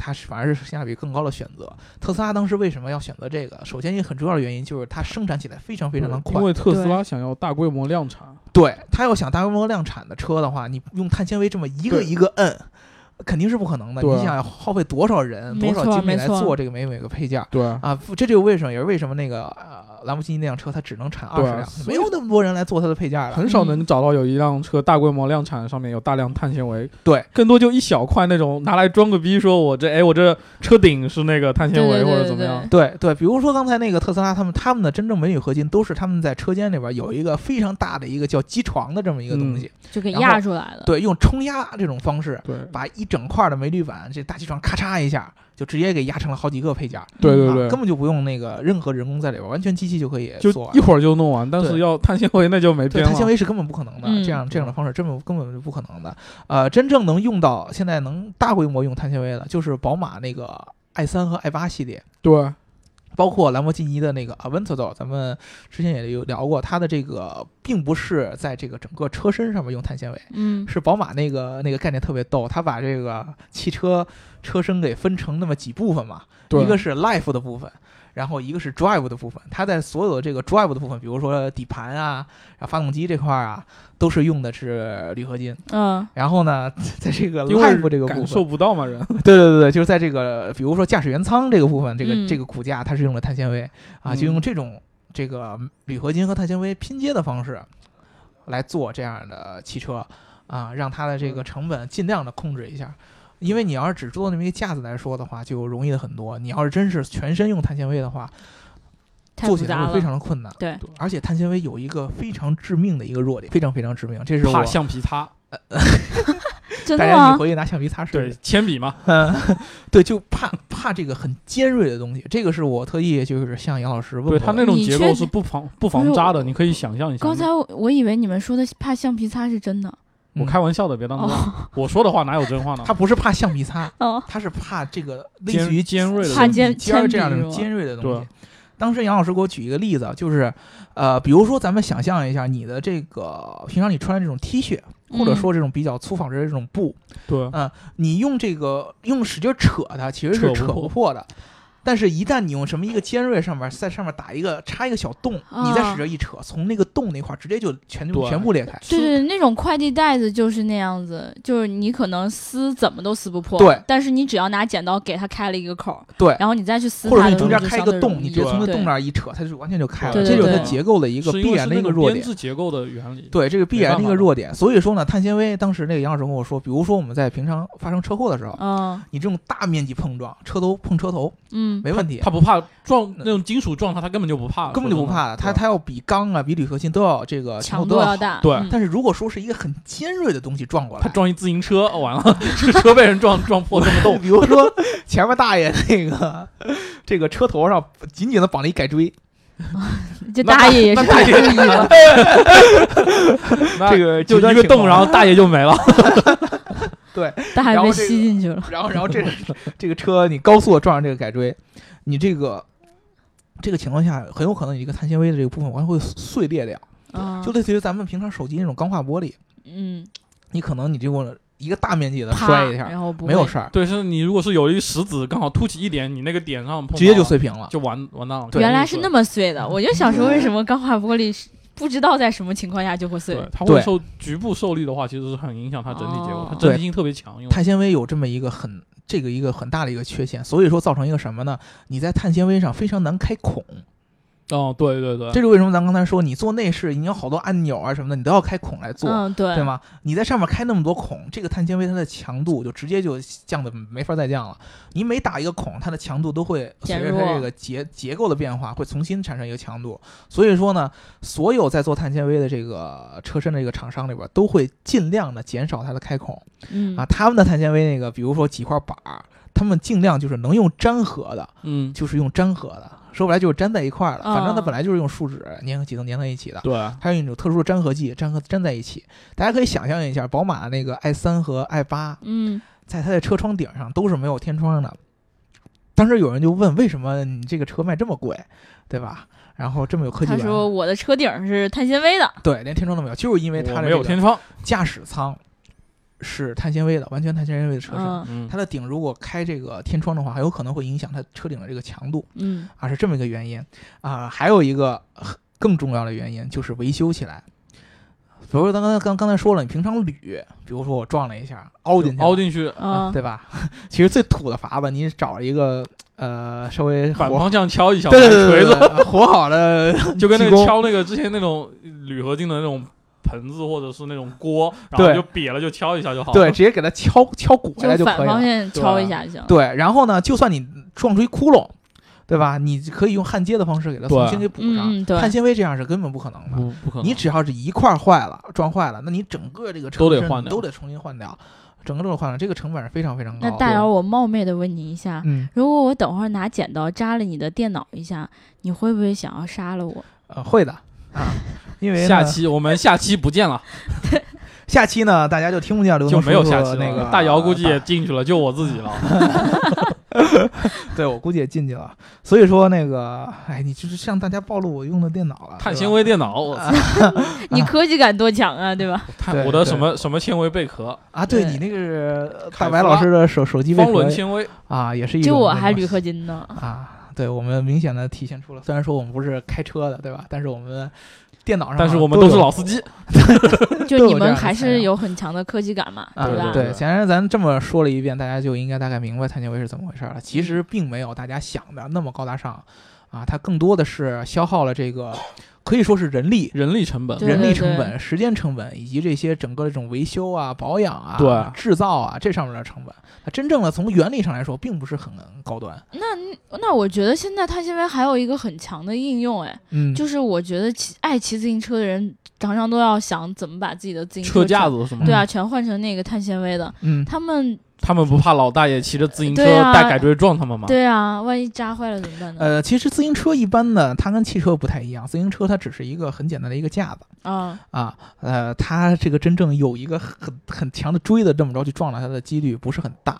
Speaker 3: 它是反而是性价比更高的选择。特斯拉当时为什么要选择这个？首先，一个很重要的原因就是它生产起来非常非常的快
Speaker 4: 嗯因，为特斯
Speaker 2: 对
Speaker 4: 拉想要大规模量产，
Speaker 3: 对他要想大规模量产的车的话，你用碳纤维这么一个
Speaker 4: 对
Speaker 3: 一个摁，肯定是不可能的。
Speaker 4: 对
Speaker 3: 你想要耗费多少人、
Speaker 2: 没
Speaker 3: 多
Speaker 2: 错
Speaker 3: 少精力
Speaker 2: 没
Speaker 3: 来
Speaker 2: 错
Speaker 3: 做这个每每个配件儿
Speaker 4: 对，
Speaker 3: 啊？这就是为什么，也是为什么那个呃兰博基尼那辆车它只能产二十
Speaker 4: 对
Speaker 3: 辆，
Speaker 4: 所
Speaker 3: 没
Speaker 4: 以
Speaker 3: 有那么多人来做它的配件 了。
Speaker 4: 很少能找到有一辆车大规模量产，上面有大量碳纤维。
Speaker 3: 对，
Speaker 4: 更多就一小块那种拿来装个逼，说我这哎我这车顶是那个碳纤维
Speaker 2: 对对对
Speaker 4: 或者怎么样
Speaker 2: 对。
Speaker 3: 对对，比如说刚才那个特斯拉，他们他们的真正美女核心都是他们在车间里边有一个非常大的一个叫机床的这么一个东西，
Speaker 2: 就给
Speaker 3: 然
Speaker 2: 压
Speaker 3: 后
Speaker 2: 出来了。
Speaker 3: 对，用冲压这种方式
Speaker 4: 对
Speaker 3: 把一整块的镁铝板这大机床咔嚓一下就直接给压成了好几个配件儿，
Speaker 4: 对对
Speaker 3: 啊
Speaker 4: 对
Speaker 3: 根本就不用那个任何人工在里边，完全机器就可以
Speaker 4: 就
Speaker 3: 做完
Speaker 4: 一。会儿就弄完，但是
Speaker 3: 对
Speaker 4: 要碳纤维那就没
Speaker 3: 对，
Speaker 4: 边
Speaker 3: 碳纤
Speaker 4: 了。
Speaker 3: 维是根本不可能的，
Speaker 2: 嗯
Speaker 3: 这样这样的方式根本根本就不可能的。呃，真正能用到现在能大规模用碳纤维的，就是宝马那个 i 三和 i 八系列，
Speaker 4: 对，
Speaker 3: 包括兰博基尼的那个 Aventador，咱们之前也有聊过，它的这个并不是在这个整个车身上面用碳纤维，
Speaker 2: 嗯，
Speaker 3: 是宝马那个那个概念特别逗，它把这个汽车车身给分成那么几部分嘛，
Speaker 4: 对
Speaker 3: 一个是 life 的部分，然后一个是 drive 的部分。它在所有的这个 drive 的部分，比如说底盘啊、然后发动机这块儿啊，都是用的是铝合金。
Speaker 2: 嗯，
Speaker 3: 然后呢，在这个
Speaker 4: 因为
Speaker 3: life 这个部
Speaker 4: 感
Speaker 3: 分
Speaker 4: 受，不到嘛人。
Speaker 3: 对对对对，就是在这个比如说驾驶员舱这个部分，这个、
Speaker 2: 嗯
Speaker 3: 这个骨架它是用了碳纤维啊，
Speaker 4: 嗯
Speaker 3: 就用这种这个铝合金和碳纤维拼接的方式来做这样的汽车啊，让它的这个成本尽量的控制一下。因为你要是只做那么一个架子来说的话，就容易的很多。你要是真是全身用碳纤维的话，
Speaker 2: 太
Speaker 3: 做
Speaker 2: 复
Speaker 3: 起
Speaker 2: 杂
Speaker 3: 来
Speaker 2: 了
Speaker 3: 会非。常的困难。
Speaker 2: 对，
Speaker 3: 而且碳纤维有一个非常致命的一个弱点，非常非常致命。这是我
Speaker 4: 怕橡皮擦，
Speaker 2: 真
Speaker 3: 大
Speaker 2: 的
Speaker 3: 家你
Speaker 2: 吗？
Speaker 3: 回去拿橡皮擦试试
Speaker 4: 对，铅笔嘛，
Speaker 3: 嗯， 对，就怕怕这个很尖锐的东西，这个是我特意就是向杨老师问过
Speaker 4: 对
Speaker 3: 的。
Speaker 4: 它那种
Speaker 2: 你
Speaker 4: 结
Speaker 2: 确
Speaker 4: 构
Speaker 2: 实
Speaker 4: 是不防
Speaker 2: 不
Speaker 4: 不防
Speaker 2: 是
Speaker 4: 扎的，
Speaker 2: 我
Speaker 4: 你可以想象一下。
Speaker 2: 刚才我我以为你们说的怕橡皮擦是真的
Speaker 4: 我
Speaker 3: 嗯
Speaker 4: 开玩笑的，别当真。
Speaker 2: 哦
Speaker 4: 我说的话哪有真话呢？
Speaker 3: 他不是怕橡皮擦，
Speaker 2: 哦，
Speaker 3: 他是怕这个类
Speaker 4: 尖
Speaker 3: 似于
Speaker 4: 尖锐的
Speaker 2: 怕
Speaker 4: 东西
Speaker 2: 尖
Speaker 3: 尖儿
Speaker 2: 铅
Speaker 3: 这样
Speaker 2: 笔
Speaker 3: 的
Speaker 2: 是吗
Speaker 3: 尖锐的东
Speaker 4: 对
Speaker 3: 西。当时杨老师给我举一个例子啊，就是，呃，比如说咱们想象一下，你的这个平常你穿的这种 T 恤，或者
Speaker 2: 嗯
Speaker 3: 说这种比较粗纺织的这种布，呃
Speaker 4: 对
Speaker 3: 你用这个用使劲扯它，其实是
Speaker 4: 扯
Speaker 3: 扯
Speaker 4: 不
Speaker 3: 不破的。但是，一旦你用什么一个尖锐上面在上面打一个插一个小洞，你再
Speaker 2: 啊
Speaker 3: 使劲一扯，从那个洞那块儿直接就全就
Speaker 4: 对
Speaker 3: 全部裂开。
Speaker 2: 对对，那种快递袋子就是那样子，就是你可能撕怎么都撕不破，
Speaker 3: 对，
Speaker 2: 但是你只要拿剪刀给它开了一个口儿，
Speaker 3: 对
Speaker 2: 然后你再去撕它
Speaker 3: 或
Speaker 2: 的
Speaker 3: 者
Speaker 2: 时候，
Speaker 3: 是你中间开一
Speaker 2: 一
Speaker 3: 个洞，你直接
Speaker 4: 对
Speaker 3: 从那洞那
Speaker 2: 儿，
Speaker 3: 儿一扯，它就完全就开了。
Speaker 2: 对
Speaker 3: 这就是
Speaker 2: 对
Speaker 3: 它结构的一个
Speaker 4: 是因
Speaker 3: 必
Speaker 4: 为
Speaker 3: 然
Speaker 4: 是
Speaker 3: 的
Speaker 4: 那
Speaker 3: 一个
Speaker 4: 种
Speaker 3: 弱
Speaker 4: 编
Speaker 3: 点。
Speaker 4: 制结构的原理。
Speaker 3: 对，这个必
Speaker 4: 没
Speaker 3: 然的
Speaker 4: 办
Speaker 3: 一
Speaker 4: 法
Speaker 3: 个
Speaker 4: 的
Speaker 3: 弱点。所以说呢，碳纤维当时那个杨老师跟我说，比如说我们在平常发生车祸的时候，
Speaker 2: 嗯
Speaker 3: 你这种大面积碰撞，车头碰车头
Speaker 2: 嗯，
Speaker 3: 没问题，
Speaker 4: 他不怕撞那种金属撞它，他根本就不怕，
Speaker 3: 根本就不
Speaker 4: 说真的
Speaker 3: 怕。它
Speaker 4: 对
Speaker 3: 它要比钢啊、比铝合金都要这个
Speaker 2: 强
Speaker 3: 强度
Speaker 2: 度
Speaker 3: 都
Speaker 2: 要
Speaker 3: 要好。
Speaker 2: 大，
Speaker 4: 对
Speaker 2: 嗯
Speaker 3: 但是如果说是一个很尖锐的东西撞过来
Speaker 4: 他，撞一自行车，哦完了，这车被人撞撞破这么
Speaker 3: 动，
Speaker 4: 动，
Speaker 3: 比如说前面大爷那个这个车头上紧紧的绑了一改锥，
Speaker 2: 这大爷也
Speaker 4: 那
Speaker 2: 是
Speaker 4: 大爷 那
Speaker 3: 这个
Speaker 4: 就
Speaker 3: 极端
Speaker 4: 一个
Speaker 3: 情
Speaker 4: 洞，
Speaker 3: 况
Speaker 4: 然后大爷 就没了。
Speaker 2: 大爷
Speaker 3: 然后
Speaker 2: 被
Speaker 3: 这个
Speaker 2: 吸进去 了，
Speaker 3: 然后然后这这个车你高速撞上这个改锥，你这个这个情况下很有可能你这个碳纤维的这个部分完全会碎裂掉，
Speaker 2: 嗯
Speaker 3: 就类似于咱们平常手机那种钢化玻璃，
Speaker 2: 嗯，
Speaker 3: 你可能你这个一个大面积的
Speaker 2: 啪
Speaker 3: 摔一下
Speaker 2: 然后不
Speaker 3: 没有
Speaker 2: 会
Speaker 3: 事儿，
Speaker 4: 对，是你如果是有一个石子刚好凸起一点，你那个点上碰
Speaker 3: 直接就
Speaker 4: 到了，
Speaker 3: 碎平了。
Speaker 4: 就完完蛋了。
Speaker 2: 原来是那
Speaker 4: 么
Speaker 2: 么碎的，我就想说为什么钢化玻璃是不知道在什么情况下就会碎
Speaker 4: 对，，它
Speaker 3: 对
Speaker 4: 会受局部受力的话，其实是很影响它整体结构
Speaker 2: 哦，
Speaker 4: 它整体性特别强，因为
Speaker 3: 碳纤维有这么一个很这个一个很大的一个缺陷，所以说造成一个什么呢？你在碳纤维上非常难开孔。
Speaker 4: 哦，对对对，
Speaker 3: 这是为什么？咱刚才说，你做内饰，你有好多按钮啊什么的，你都要开孔来做，
Speaker 2: 嗯对
Speaker 3: 对吗？你在上面开那么多孔，这个碳纤维它的强度就直接就降的没法再降了。你每打一个孔，它的强度都会随
Speaker 2: 减
Speaker 3: 着它
Speaker 2: 弱
Speaker 3: 这个结结构的变化，会重新产生一个强度。所以说呢，所有在做碳纤维的这个车身的这个厂商里边，都会尽量的减少它的开孔
Speaker 2: 嗯
Speaker 3: 啊。他们的碳纤维那个，比如说几块板儿，他们尽量就是能用粘合的，
Speaker 4: 嗯，
Speaker 3: 就是用粘合的，说白了就是粘在一块儿了。反正它
Speaker 2: 嗯
Speaker 3: 本来就是用树脂粘合几层粘在一起的。
Speaker 4: 对，啊
Speaker 3: 还有一种特殊的粘合剂，粘合粘在一起。大家可以想象一下，宝马的那个 i 三和 i 八，
Speaker 2: 嗯
Speaker 3: 在它的车窗顶上都是没有天窗的。当时有人就问，为什么你这个车卖这么贵，对吧？然后这么有科技
Speaker 2: 他
Speaker 3: 感，
Speaker 2: 说我的车顶是碳纤维的，
Speaker 3: 对，连天窗都没有，就是因为它
Speaker 4: 我
Speaker 3: 的
Speaker 4: 没
Speaker 3: 这
Speaker 4: 有
Speaker 3: 个
Speaker 4: 天窗，
Speaker 3: 驾驶舱是碳纤维的，完全碳纤维的车身。
Speaker 2: 嗯
Speaker 4: 嗯
Speaker 3: 它，的顶如果开这个天窗的话，很有可能会影响它车顶的这个强度
Speaker 2: 嗯
Speaker 3: 啊，是这么一个原因啊、还有一个呃更重要的原因就是维修起来比如说咱刚才刚刚才说了，你平常捋，比如说我撞了一下，凹进去了，
Speaker 4: 凹进
Speaker 3: 啊
Speaker 4: 去，
Speaker 2: 嗯，
Speaker 3: 对吧？ 其实最土的法子，你找一个呃稍微
Speaker 4: 反
Speaker 3: 活
Speaker 4: 方向 敲一小
Speaker 3: 对对对
Speaker 4: 锤
Speaker 3: 对
Speaker 4: 子，
Speaker 3: 对对活好的
Speaker 4: 就跟那
Speaker 3: 气
Speaker 4: 个
Speaker 3: 功
Speaker 4: 敲那个之前那种铝合金的那种盆子或者是那种锅，然后
Speaker 3: 对
Speaker 4: 就瘪了就敲一下就好了。
Speaker 3: 对，直接给它敲敲鼓回
Speaker 2: 就
Speaker 3: 来就可
Speaker 2: 反
Speaker 3: 以
Speaker 2: 方
Speaker 3: 了。
Speaker 2: 向敲一下就行。
Speaker 3: 对，然后呢，就算你撞出一窟窿，对吧？你可以用焊接的方式给它重新给补上。
Speaker 2: 嗯，嗯对，
Speaker 3: 碳纤维这样是根本不可能的。
Speaker 4: 不不可能，
Speaker 3: 你只要是一块儿坏了、撞坏了，那你整个这个车
Speaker 4: 都得
Speaker 3: 身
Speaker 4: 换掉
Speaker 3: 都得重新换掉，整个都得换掉，这个成本是非常非常
Speaker 2: 那
Speaker 3: 高
Speaker 2: 大
Speaker 3: 的。
Speaker 2: 姚，我冒昧的问你一下，
Speaker 3: 嗯，
Speaker 2: 如果我等会儿拿剪刀扎了你的电脑一下，你会不会想要杀了我？
Speaker 3: 呃，会的啊，因为呢
Speaker 4: 下期我们下期不见了，
Speaker 3: 下期呢，大家就听不见刘
Speaker 4: 就
Speaker 3: 能
Speaker 4: 没有
Speaker 3: 叔叔
Speaker 4: 下期了。
Speaker 3: 那个
Speaker 4: 大姚估计也进去了，就我自己 了。
Speaker 3: 对我估计也进去了。所以说那个，哎，你就是向大家暴露我用的电脑了，
Speaker 4: 碳
Speaker 3: 对吧啊
Speaker 4: 纤维电脑，我操，
Speaker 2: 你科技感多强 啊，对吧？
Speaker 4: 碳
Speaker 3: 对
Speaker 4: 我的
Speaker 3: 对
Speaker 4: 什么什么纤维贝壳，
Speaker 3: 啊，对
Speaker 2: 对
Speaker 3: 你那个是
Speaker 4: 凯
Speaker 3: 大白
Speaker 4: 夫
Speaker 3: 老
Speaker 4: 拉
Speaker 3: 师的手手机被
Speaker 4: 方轮
Speaker 3: 合
Speaker 4: 纤维，
Speaker 3: 啊，也是一
Speaker 2: 就
Speaker 3: 种
Speaker 2: 我
Speaker 3: 那
Speaker 2: 还
Speaker 3: 种
Speaker 2: 铝合金呢。
Speaker 3: 啊，对我们明显的体现出了，虽然说我们不是开车的，对吧？但是我们电脑上，
Speaker 4: 但是我们
Speaker 3: 都
Speaker 4: 都是
Speaker 3: 有
Speaker 4: 老司机，
Speaker 2: 就
Speaker 3: 都
Speaker 2: 你
Speaker 3: 有这
Speaker 2: 们
Speaker 3: 样的
Speaker 2: 还
Speaker 3: 材
Speaker 2: 是
Speaker 3: 料
Speaker 2: 有很强的科技感嘛，
Speaker 3: 啊，
Speaker 2: 吧？
Speaker 4: 对
Speaker 3: 对，显然咱这么说了一遍，大家就应该大概明白碳纤维是怎么回事了。其实并没有大家想的那么高大上啊，它更多的是消耗了这个可以说是人力、
Speaker 4: 人力成本
Speaker 2: 对
Speaker 3: 人力成本、时间成本以及这些整个这种维修啊、保养啊、
Speaker 4: 对
Speaker 3: 制造啊这上面的成本。它真正的从原理上来说，并不是很高端。
Speaker 2: 那我觉得现在碳纤维还有一个很强的应用，哎，
Speaker 3: 嗯，
Speaker 2: 就是我觉得骑爱骑自行车的人常常都要想怎么把自己的自行
Speaker 4: 车
Speaker 2: 车
Speaker 4: 架
Speaker 2: 子，
Speaker 4: 子是吗？
Speaker 2: 对啊，全换成那个碳纤维的。
Speaker 3: 嗯，
Speaker 2: 他们
Speaker 4: 他们不怕老大爷骑着自行车
Speaker 2: 对啊
Speaker 4: 带改锥撞他们吗？
Speaker 2: 对啊，万一扎坏了怎么办呢？
Speaker 3: 呃，其实自行车一般呢，它跟汽车不太一样，自行车它只是一个很简单的一个架子
Speaker 2: 啊，
Speaker 3: 啊，呃，它这个真正有一个很很强的锥的这么着去撞了它的几率不是很 大。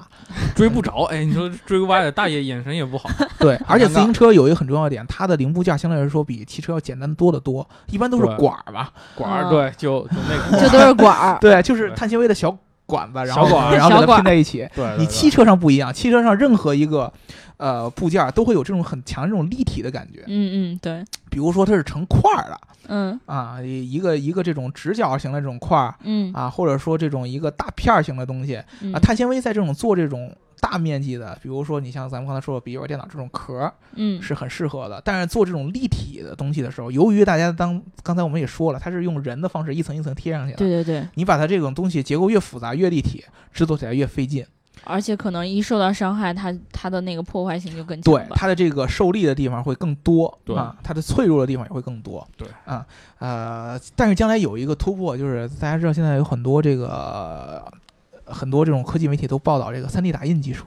Speaker 4: 追不着，哎，你说追歪了，大爷眼神也 不好。
Speaker 3: 对，而且
Speaker 4: 尴尬
Speaker 3: 自行车有一个很重要的点，它的零部件相对来说比汽车要简单多得多，一般都是
Speaker 4: 对
Speaker 3: 管儿吧？
Speaker 4: 管儿
Speaker 2: 啊
Speaker 4: 对，就就 那
Speaker 2: 这
Speaker 4: 个
Speaker 2: 都是管 儿，
Speaker 3: 对，就是
Speaker 4: 对
Speaker 3: 碳纤维的小管子，然
Speaker 4: 小
Speaker 3: 后
Speaker 4: 管儿
Speaker 3: 然后
Speaker 2: 小
Speaker 3: 给它
Speaker 2: 管儿
Speaker 3: 拼在一起。
Speaker 4: 对，对
Speaker 3: 你
Speaker 4: 对
Speaker 3: 汽车上不一样，汽车上任何一个呃部件儿都会有这种很强的这种立体的感觉，
Speaker 2: 嗯嗯，对，
Speaker 3: 比如说它是成块儿的
Speaker 2: 嗯
Speaker 3: 啊，一个一个这种直角型的这种块儿。
Speaker 2: 嗯
Speaker 3: 啊，或者说这种一个大片儿型的东西啊，
Speaker 2: 嗯
Speaker 3: 碳纤维在这种做这种大面积的，比如说你像咱们刚才说的笔记本电脑这种壳儿
Speaker 2: 嗯
Speaker 3: 是很适合的，但是做这种立体的东西的时候，由于大家当刚才我们也说了，它是用人的方式一层一层贴上去的，
Speaker 2: 对对对，
Speaker 3: 你把它这种东西结构越复杂越立体，制作起来越费劲，
Speaker 2: 而且可能一受到伤害，它它的那个破坏性就更强
Speaker 3: 对
Speaker 2: 吧。
Speaker 3: 它的这个受力的地方会更多，
Speaker 4: 对
Speaker 3: 啊，它的脆弱的地方也会更多，
Speaker 4: 对
Speaker 3: 啊，呃，但是将来有一个突破，就是大家知道现在有很多这个呃很多这种科技媒体都报道这个三 D 打印技术。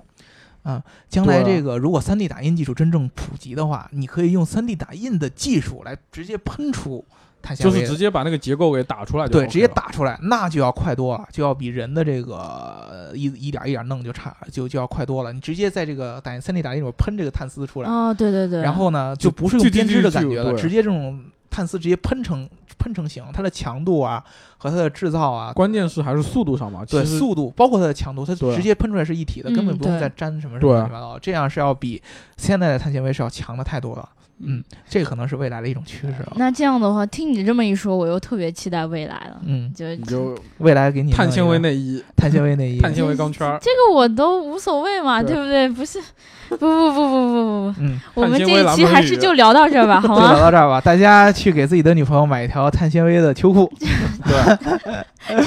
Speaker 3: 啊，将来
Speaker 4: 对啊
Speaker 3: 这个如果三 D 打印技术真正普及的话，你可以用三 D 打印的技术来直接喷出碳纤
Speaker 4: 就
Speaker 3: 维，
Speaker 4: 是直接把那个结构给打出来就 OK
Speaker 3: 对，
Speaker 4: 了
Speaker 3: 直接。打出来，那就要快多了，就要比人的这个呃一一点一点弄就差，就就要快多了。你直接在这个打印三 D 打印里面喷这个碳丝出来，
Speaker 2: 哦，对对对，
Speaker 3: 然后呢就
Speaker 4: 就
Speaker 3: 不是用
Speaker 4: 就
Speaker 3: 编织的感
Speaker 4: 就
Speaker 3: 觉了，
Speaker 4: 就对
Speaker 3: 直接这种碳丝直接喷成喷成型，它的强度啊和它的制造啊，
Speaker 4: 关键是还是速度上嘛，
Speaker 3: 对
Speaker 4: 其实
Speaker 3: 速度包括它的强度，它
Speaker 4: 对
Speaker 3: 直接喷出来是一体的，根本
Speaker 2: 嗯
Speaker 3: 不用
Speaker 2: 对
Speaker 3: 再粘什么什
Speaker 4: 对
Speaker 3: 么乱七八糟的，这样是要比现在的碳纤维是要强的太多了。嗯，这可能是未来的一种趋势啊。
Speaker 2: 那这样的话，听你这么一说，我又特别期待未来了。
Speaker 3: 嗯，
Speaker 2: 就
Speaker 4: 你就
Speaker 3: 未来给你
Speaker 4: 碳
Speaker 3: 弄一
Speaker 4: 纤维
Speaker 3: 个
Speaker 4: 内衣、
Speaker 3: 碳纤维内衣，
Speaker 4: 碳纤维 钢圈儿、
Speaker 2: 这个我都无所谓嘛，
Speaker 4: 对
Speaker 2: 对不对？不是，不不不不不不
Speaker 3: 嗯。
Speaker 2: 不，我们
Speaker 4: 碳
Speaker 2: 这
Speaker 4: 纤维
Speaker 2: 一
Speaker 4: 蓝
Speaker 2: 期
Speaker 4: 莓
Speaker 2: 还
Speaker 4: 绿
Speaker 2: 是就聊到这儿 吧，好啊
Speaker 3: 就聊
Speaker 2: 吗？
Speaker 3: 到这儿吧，大家去给自己的女朋友买一条碳纤维的 秋裤，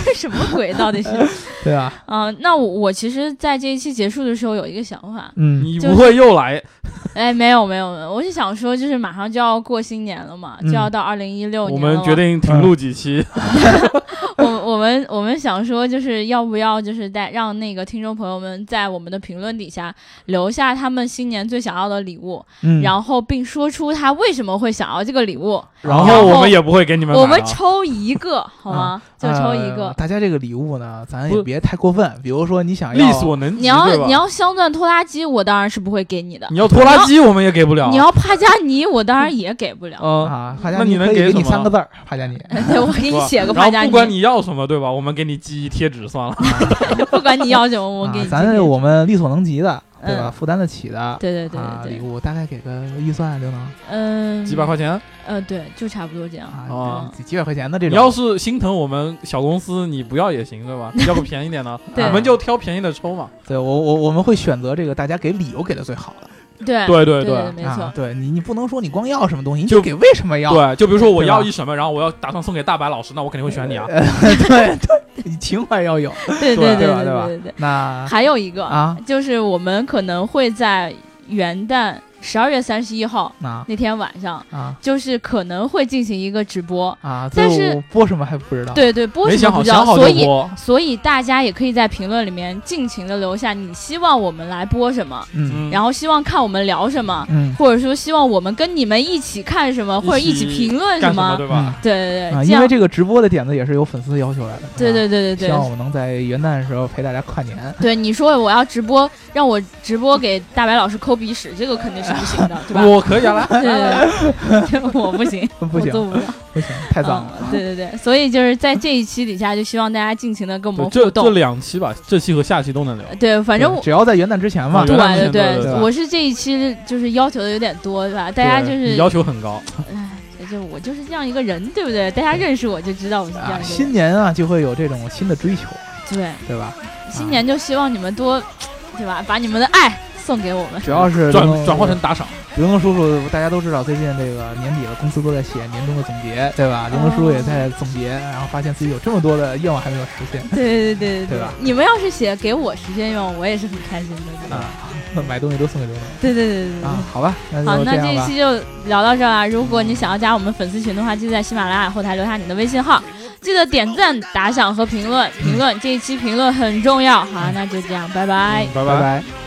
Speaker 2: 这 什么鬼？到 底是
Speaker 3: 对吧？
Speaker 2: 啊、那我我其实，在这一期结束的时候有一个想法，
Speaker 3: 嗯，
Speaker 4: 你
Speaker 2: 就
Speaker 4: 不会又来
Speaker 2: 哎，没有没有没有，我是想说，就是马上就要过新年了嘛，
Speaker 3: 嗯
Speaker 2: 就要到二零一六
Speaker 4: 我
Speaker 2: 年了
Speaker 4: 们
Speaker 2: 嘛。
Speaker 4: 决定停录几 期，
Speaker 2: 我我们我们想说，就是要不要就是在让那个听众朋友们在我们的评论底下留下他们新年最想要的礼物，
Speaker 3: 嗯
Speaker 2: 然后并说出他为什么会想要这个礼物。
Speaker 4: 然
Speaker 2: 然后
Speaker 4: 后我们也不会给你们
Speaker 2: 哦
Speaker 4: 买啊
Speaker 2: 我
Speaker 4: 了
Speaker 2: 们抽一个好吗？
Speaker 4: 啊
Speaker 2: 就抽一
Speaker 3: 呃
Speaker 2: 个。
Speaker 3: 大家这个礼物呢，咱
Speaker 4: 不
Speaker 3: 也别太过分，比如说你想要
Speaker 4: 力所能及，
Speaker 2: 你要
Speaker 4: 对吧
Speaker 2: 你要镶钻拖拉机，我当然是不会给你的。
Speaker 4: 你要拖拉机，我们也给不了。
Speaker 2: 你要帕加尼，我当然也给不了。
Speaker 4: 嗯，
Speaker 3: 啊，帕加
Speaker 4: 那
Speaker 3: 尼
Speaker 4: 你能
Speaker 3: 可以
Speaker 4: 给
Speaker 3: 给
Speaker 4: 什
Speaker 3: 你
Speaker 4: 么
Speaker 3: 三个字儿，帕加尼。
Speaker 2: 对，我给你写个
Speaker 4: 然
Speaker 2: 帕加
Speaker 4: 后
Speaker 2: 尼，
Speaker 4: 不管你要什么，对吧？
Speaker 2: 嗯
Speaker 4: 我们给你记忆贴纸算了。
Speaker 2: 不管你要什么，我
Speaker 3: 啊
Speaker 2: 给你。
Speaker 3: 咱这我们力所能及的，对吧？
Speaker 2: 嗯
Speaker 3: 负担得起的，
Speaker 2: 对对对
Speaker 3: 啊，
Speaker 2: 对
Speaker 3: 礼
Speaker 2: 对，
Speaker 3: 物大概给个预算，刘能
Speaker 2: 嗯，
Speaker 4: 几百块钱。
Speaker 2: 呃，对，就差不多这样。
Speaker 3: 啊
Speaker 4: 哦，
Speaker 3: 几几百块钱的这
Speaker 4: 你
Speaker 3: 种，
Speaker 4: 要是心疼我们小公司，你不要也行， 对吧？要个便宜点的，
Speaker 2: 对
Speaker 4: 我们就挑便宜的抽嘛。
Speaker 3: 对我我我们会选择这个大家给理由给的最好的，
Speaker 2: 嗯对
Speaker 4: 对
Speaker 2: 对
Speaker 4: 对对
Speaker 2: 对，没错
Speaker 3: 啊，。对你你不能说你光要什么东西，你
Speaker 4: 就
Speaker 3: 就给为什么要，
Speaker 4: 对，就比如说我
Speaker 3: 对吧
Speaker 4: 要一什么，然后我要打算送给大白老师，那我肯定会选你啊。
Speaker 3: 对对，你情怀要有。
Speaker 2: 对对
Speaker 3: 对吧
Speaker 2: 对
Speaker 3: 对吧
Speaker 2: 对对。
Speaker 3: 那
Speaker 2: 还有一个
Speaker 3: 啊，
Speaker 2: 就是我们可能会在元旦十二月三十一
Speaker 4: 啊
Speaker 2: 号
Speaker 3: 那
Speaker 2: 那天晚上，
Speaker 3: 啊
Speaker 2: 就是可能会进行一个直播。
Speaker 3: 啊，
Speaker 2: 但
Speaker 3: 这
Speaker 2: 是
Speaker 3: 我播什么还不知道。
Speaker 2: 对对，播
Speaker 4: 没
Speaker 2: 什
Speaker 4: 想
Speaker 2: 么不
Speaker 4: 好，
Speaker 2: 知道
Speaker 4: 想好
Speaker 2: 所
Speaker 4: 就
Speaker 2: 以
Speaker 4: 播。
Speaker 2: 所以大家也可以在评论里面尽情的留下你希望我们来播什么，
Speaker 3: 嗯
Speaker 4: 嗯
Speaker 2: 然后希望看我们聊什么，
Speaker 3: 嗯
Speaker 2: 或者说希望我们跟你们一起看什么，或者一起评论
Speaker 4: 干
Speaker 2: 什
Speaker 4: 什么，
Speaker 2: 么。
Speaker 4: 对吧？
Speaker 2: 对对
Speaker 3: 啊，
Speaker 2: 哎对，这
Speaker 3: 因
Speaker 2: 样
Speaker 3: 为这个直播的点子也是由粉丝要求来的。
Speaker 2: 对
Speaker 3: 是吧，
Speaker 2: 对对对
Speaker 3: 希望我
Speaker 2: 对
Speaker 3: 们能在元旦的时候陪大家跨年。
Speaker 2: 对，你说我要直播，让我直播给大白老师抠鼻屎，这个肯定是不行 的，对吧？
Speaker 4: 我可以啊， 来
Speaker 2: 对对对，对我不行，
Speaker 3: 不
Speaker 2: 我做
Speaker 3: 行
Speaker 2: 不了，
Speaker 3: 不行，太脏了。
Speaker 2: 嗯。对对对，所以就是在这一期底下，就希望大家尽情的跟我们
Speaker 4: 对这
Speaker 2: 互
Speaker 4: 这
Speaker 2: 动。
Speaker 4: 两期吧，这期和下期都能聊。
Speaker 2: 对，反正
Speaker 3: 对
Speaker 2: 我
Speaker 3: 只要在元旦之前嘛
Speaker 4: 啊，
Speaker 2: 对
Speaker 4: 原来
Speaker 2: 对
Speaker 4: 是这样
Speaker 3: 对吧
Speaker 2: 我是这一期就是要求的有点多，对吧？大家就
Speaker 4: 对
Speaker 2: 是
Speaker 4: 你要求很高，
Speaker 2: 哎，就我就是这样一个人，对不对？大家认识我就知道我是这样
Speaker 3: 啊，
Speaker 2: 一个人。
Speaker 3: 新年啊就会有这种新的追求，
Speaker 2: 对，
Speaker 3: 对吧？
Speaker 2: 新年就希望你们多，对吧？把你们的爱送给我们。
Speaker 3: 主要是
Speaker 4: 转
Speaker 3: 刘能
Speaker 4: 转化成打赏。
Speaker 3: 刘能叔叔，大家都知道最近这个年底了，公司都在写年终的总结，对吧？刘能叔叔也在总结，然后发现自己有这么多的愿望还没有实现。
Speaker 2: 对对对
Speaker 3: 对吧
Speaker 2: 你们要是写给我实现愿望，我也是很开心的。对吧
Speaker 3: 啊， 买东西都送给刘能
Speaker 2: 对对对对对。
Speaker 3: 啊，好吧，那
Speaker 2: 好，
Speaker 3: 就
Speaker 2: 那
Speaker 3: 这
Speaker 2: 这
Speaker 3: 样
Speaker 2: 一
Speaker 3: 吧。
Speaker 2: 期就聊到这儿啦。如果你想要加我们粉丝群的话，记得在喜马拉雅后台留下你的微信号，记得点赞、打赏和评论。评论这一期评论很重要。好，那就这样，拜拜。
Speaker 4: 拜
Speaker 3: 拜。拜。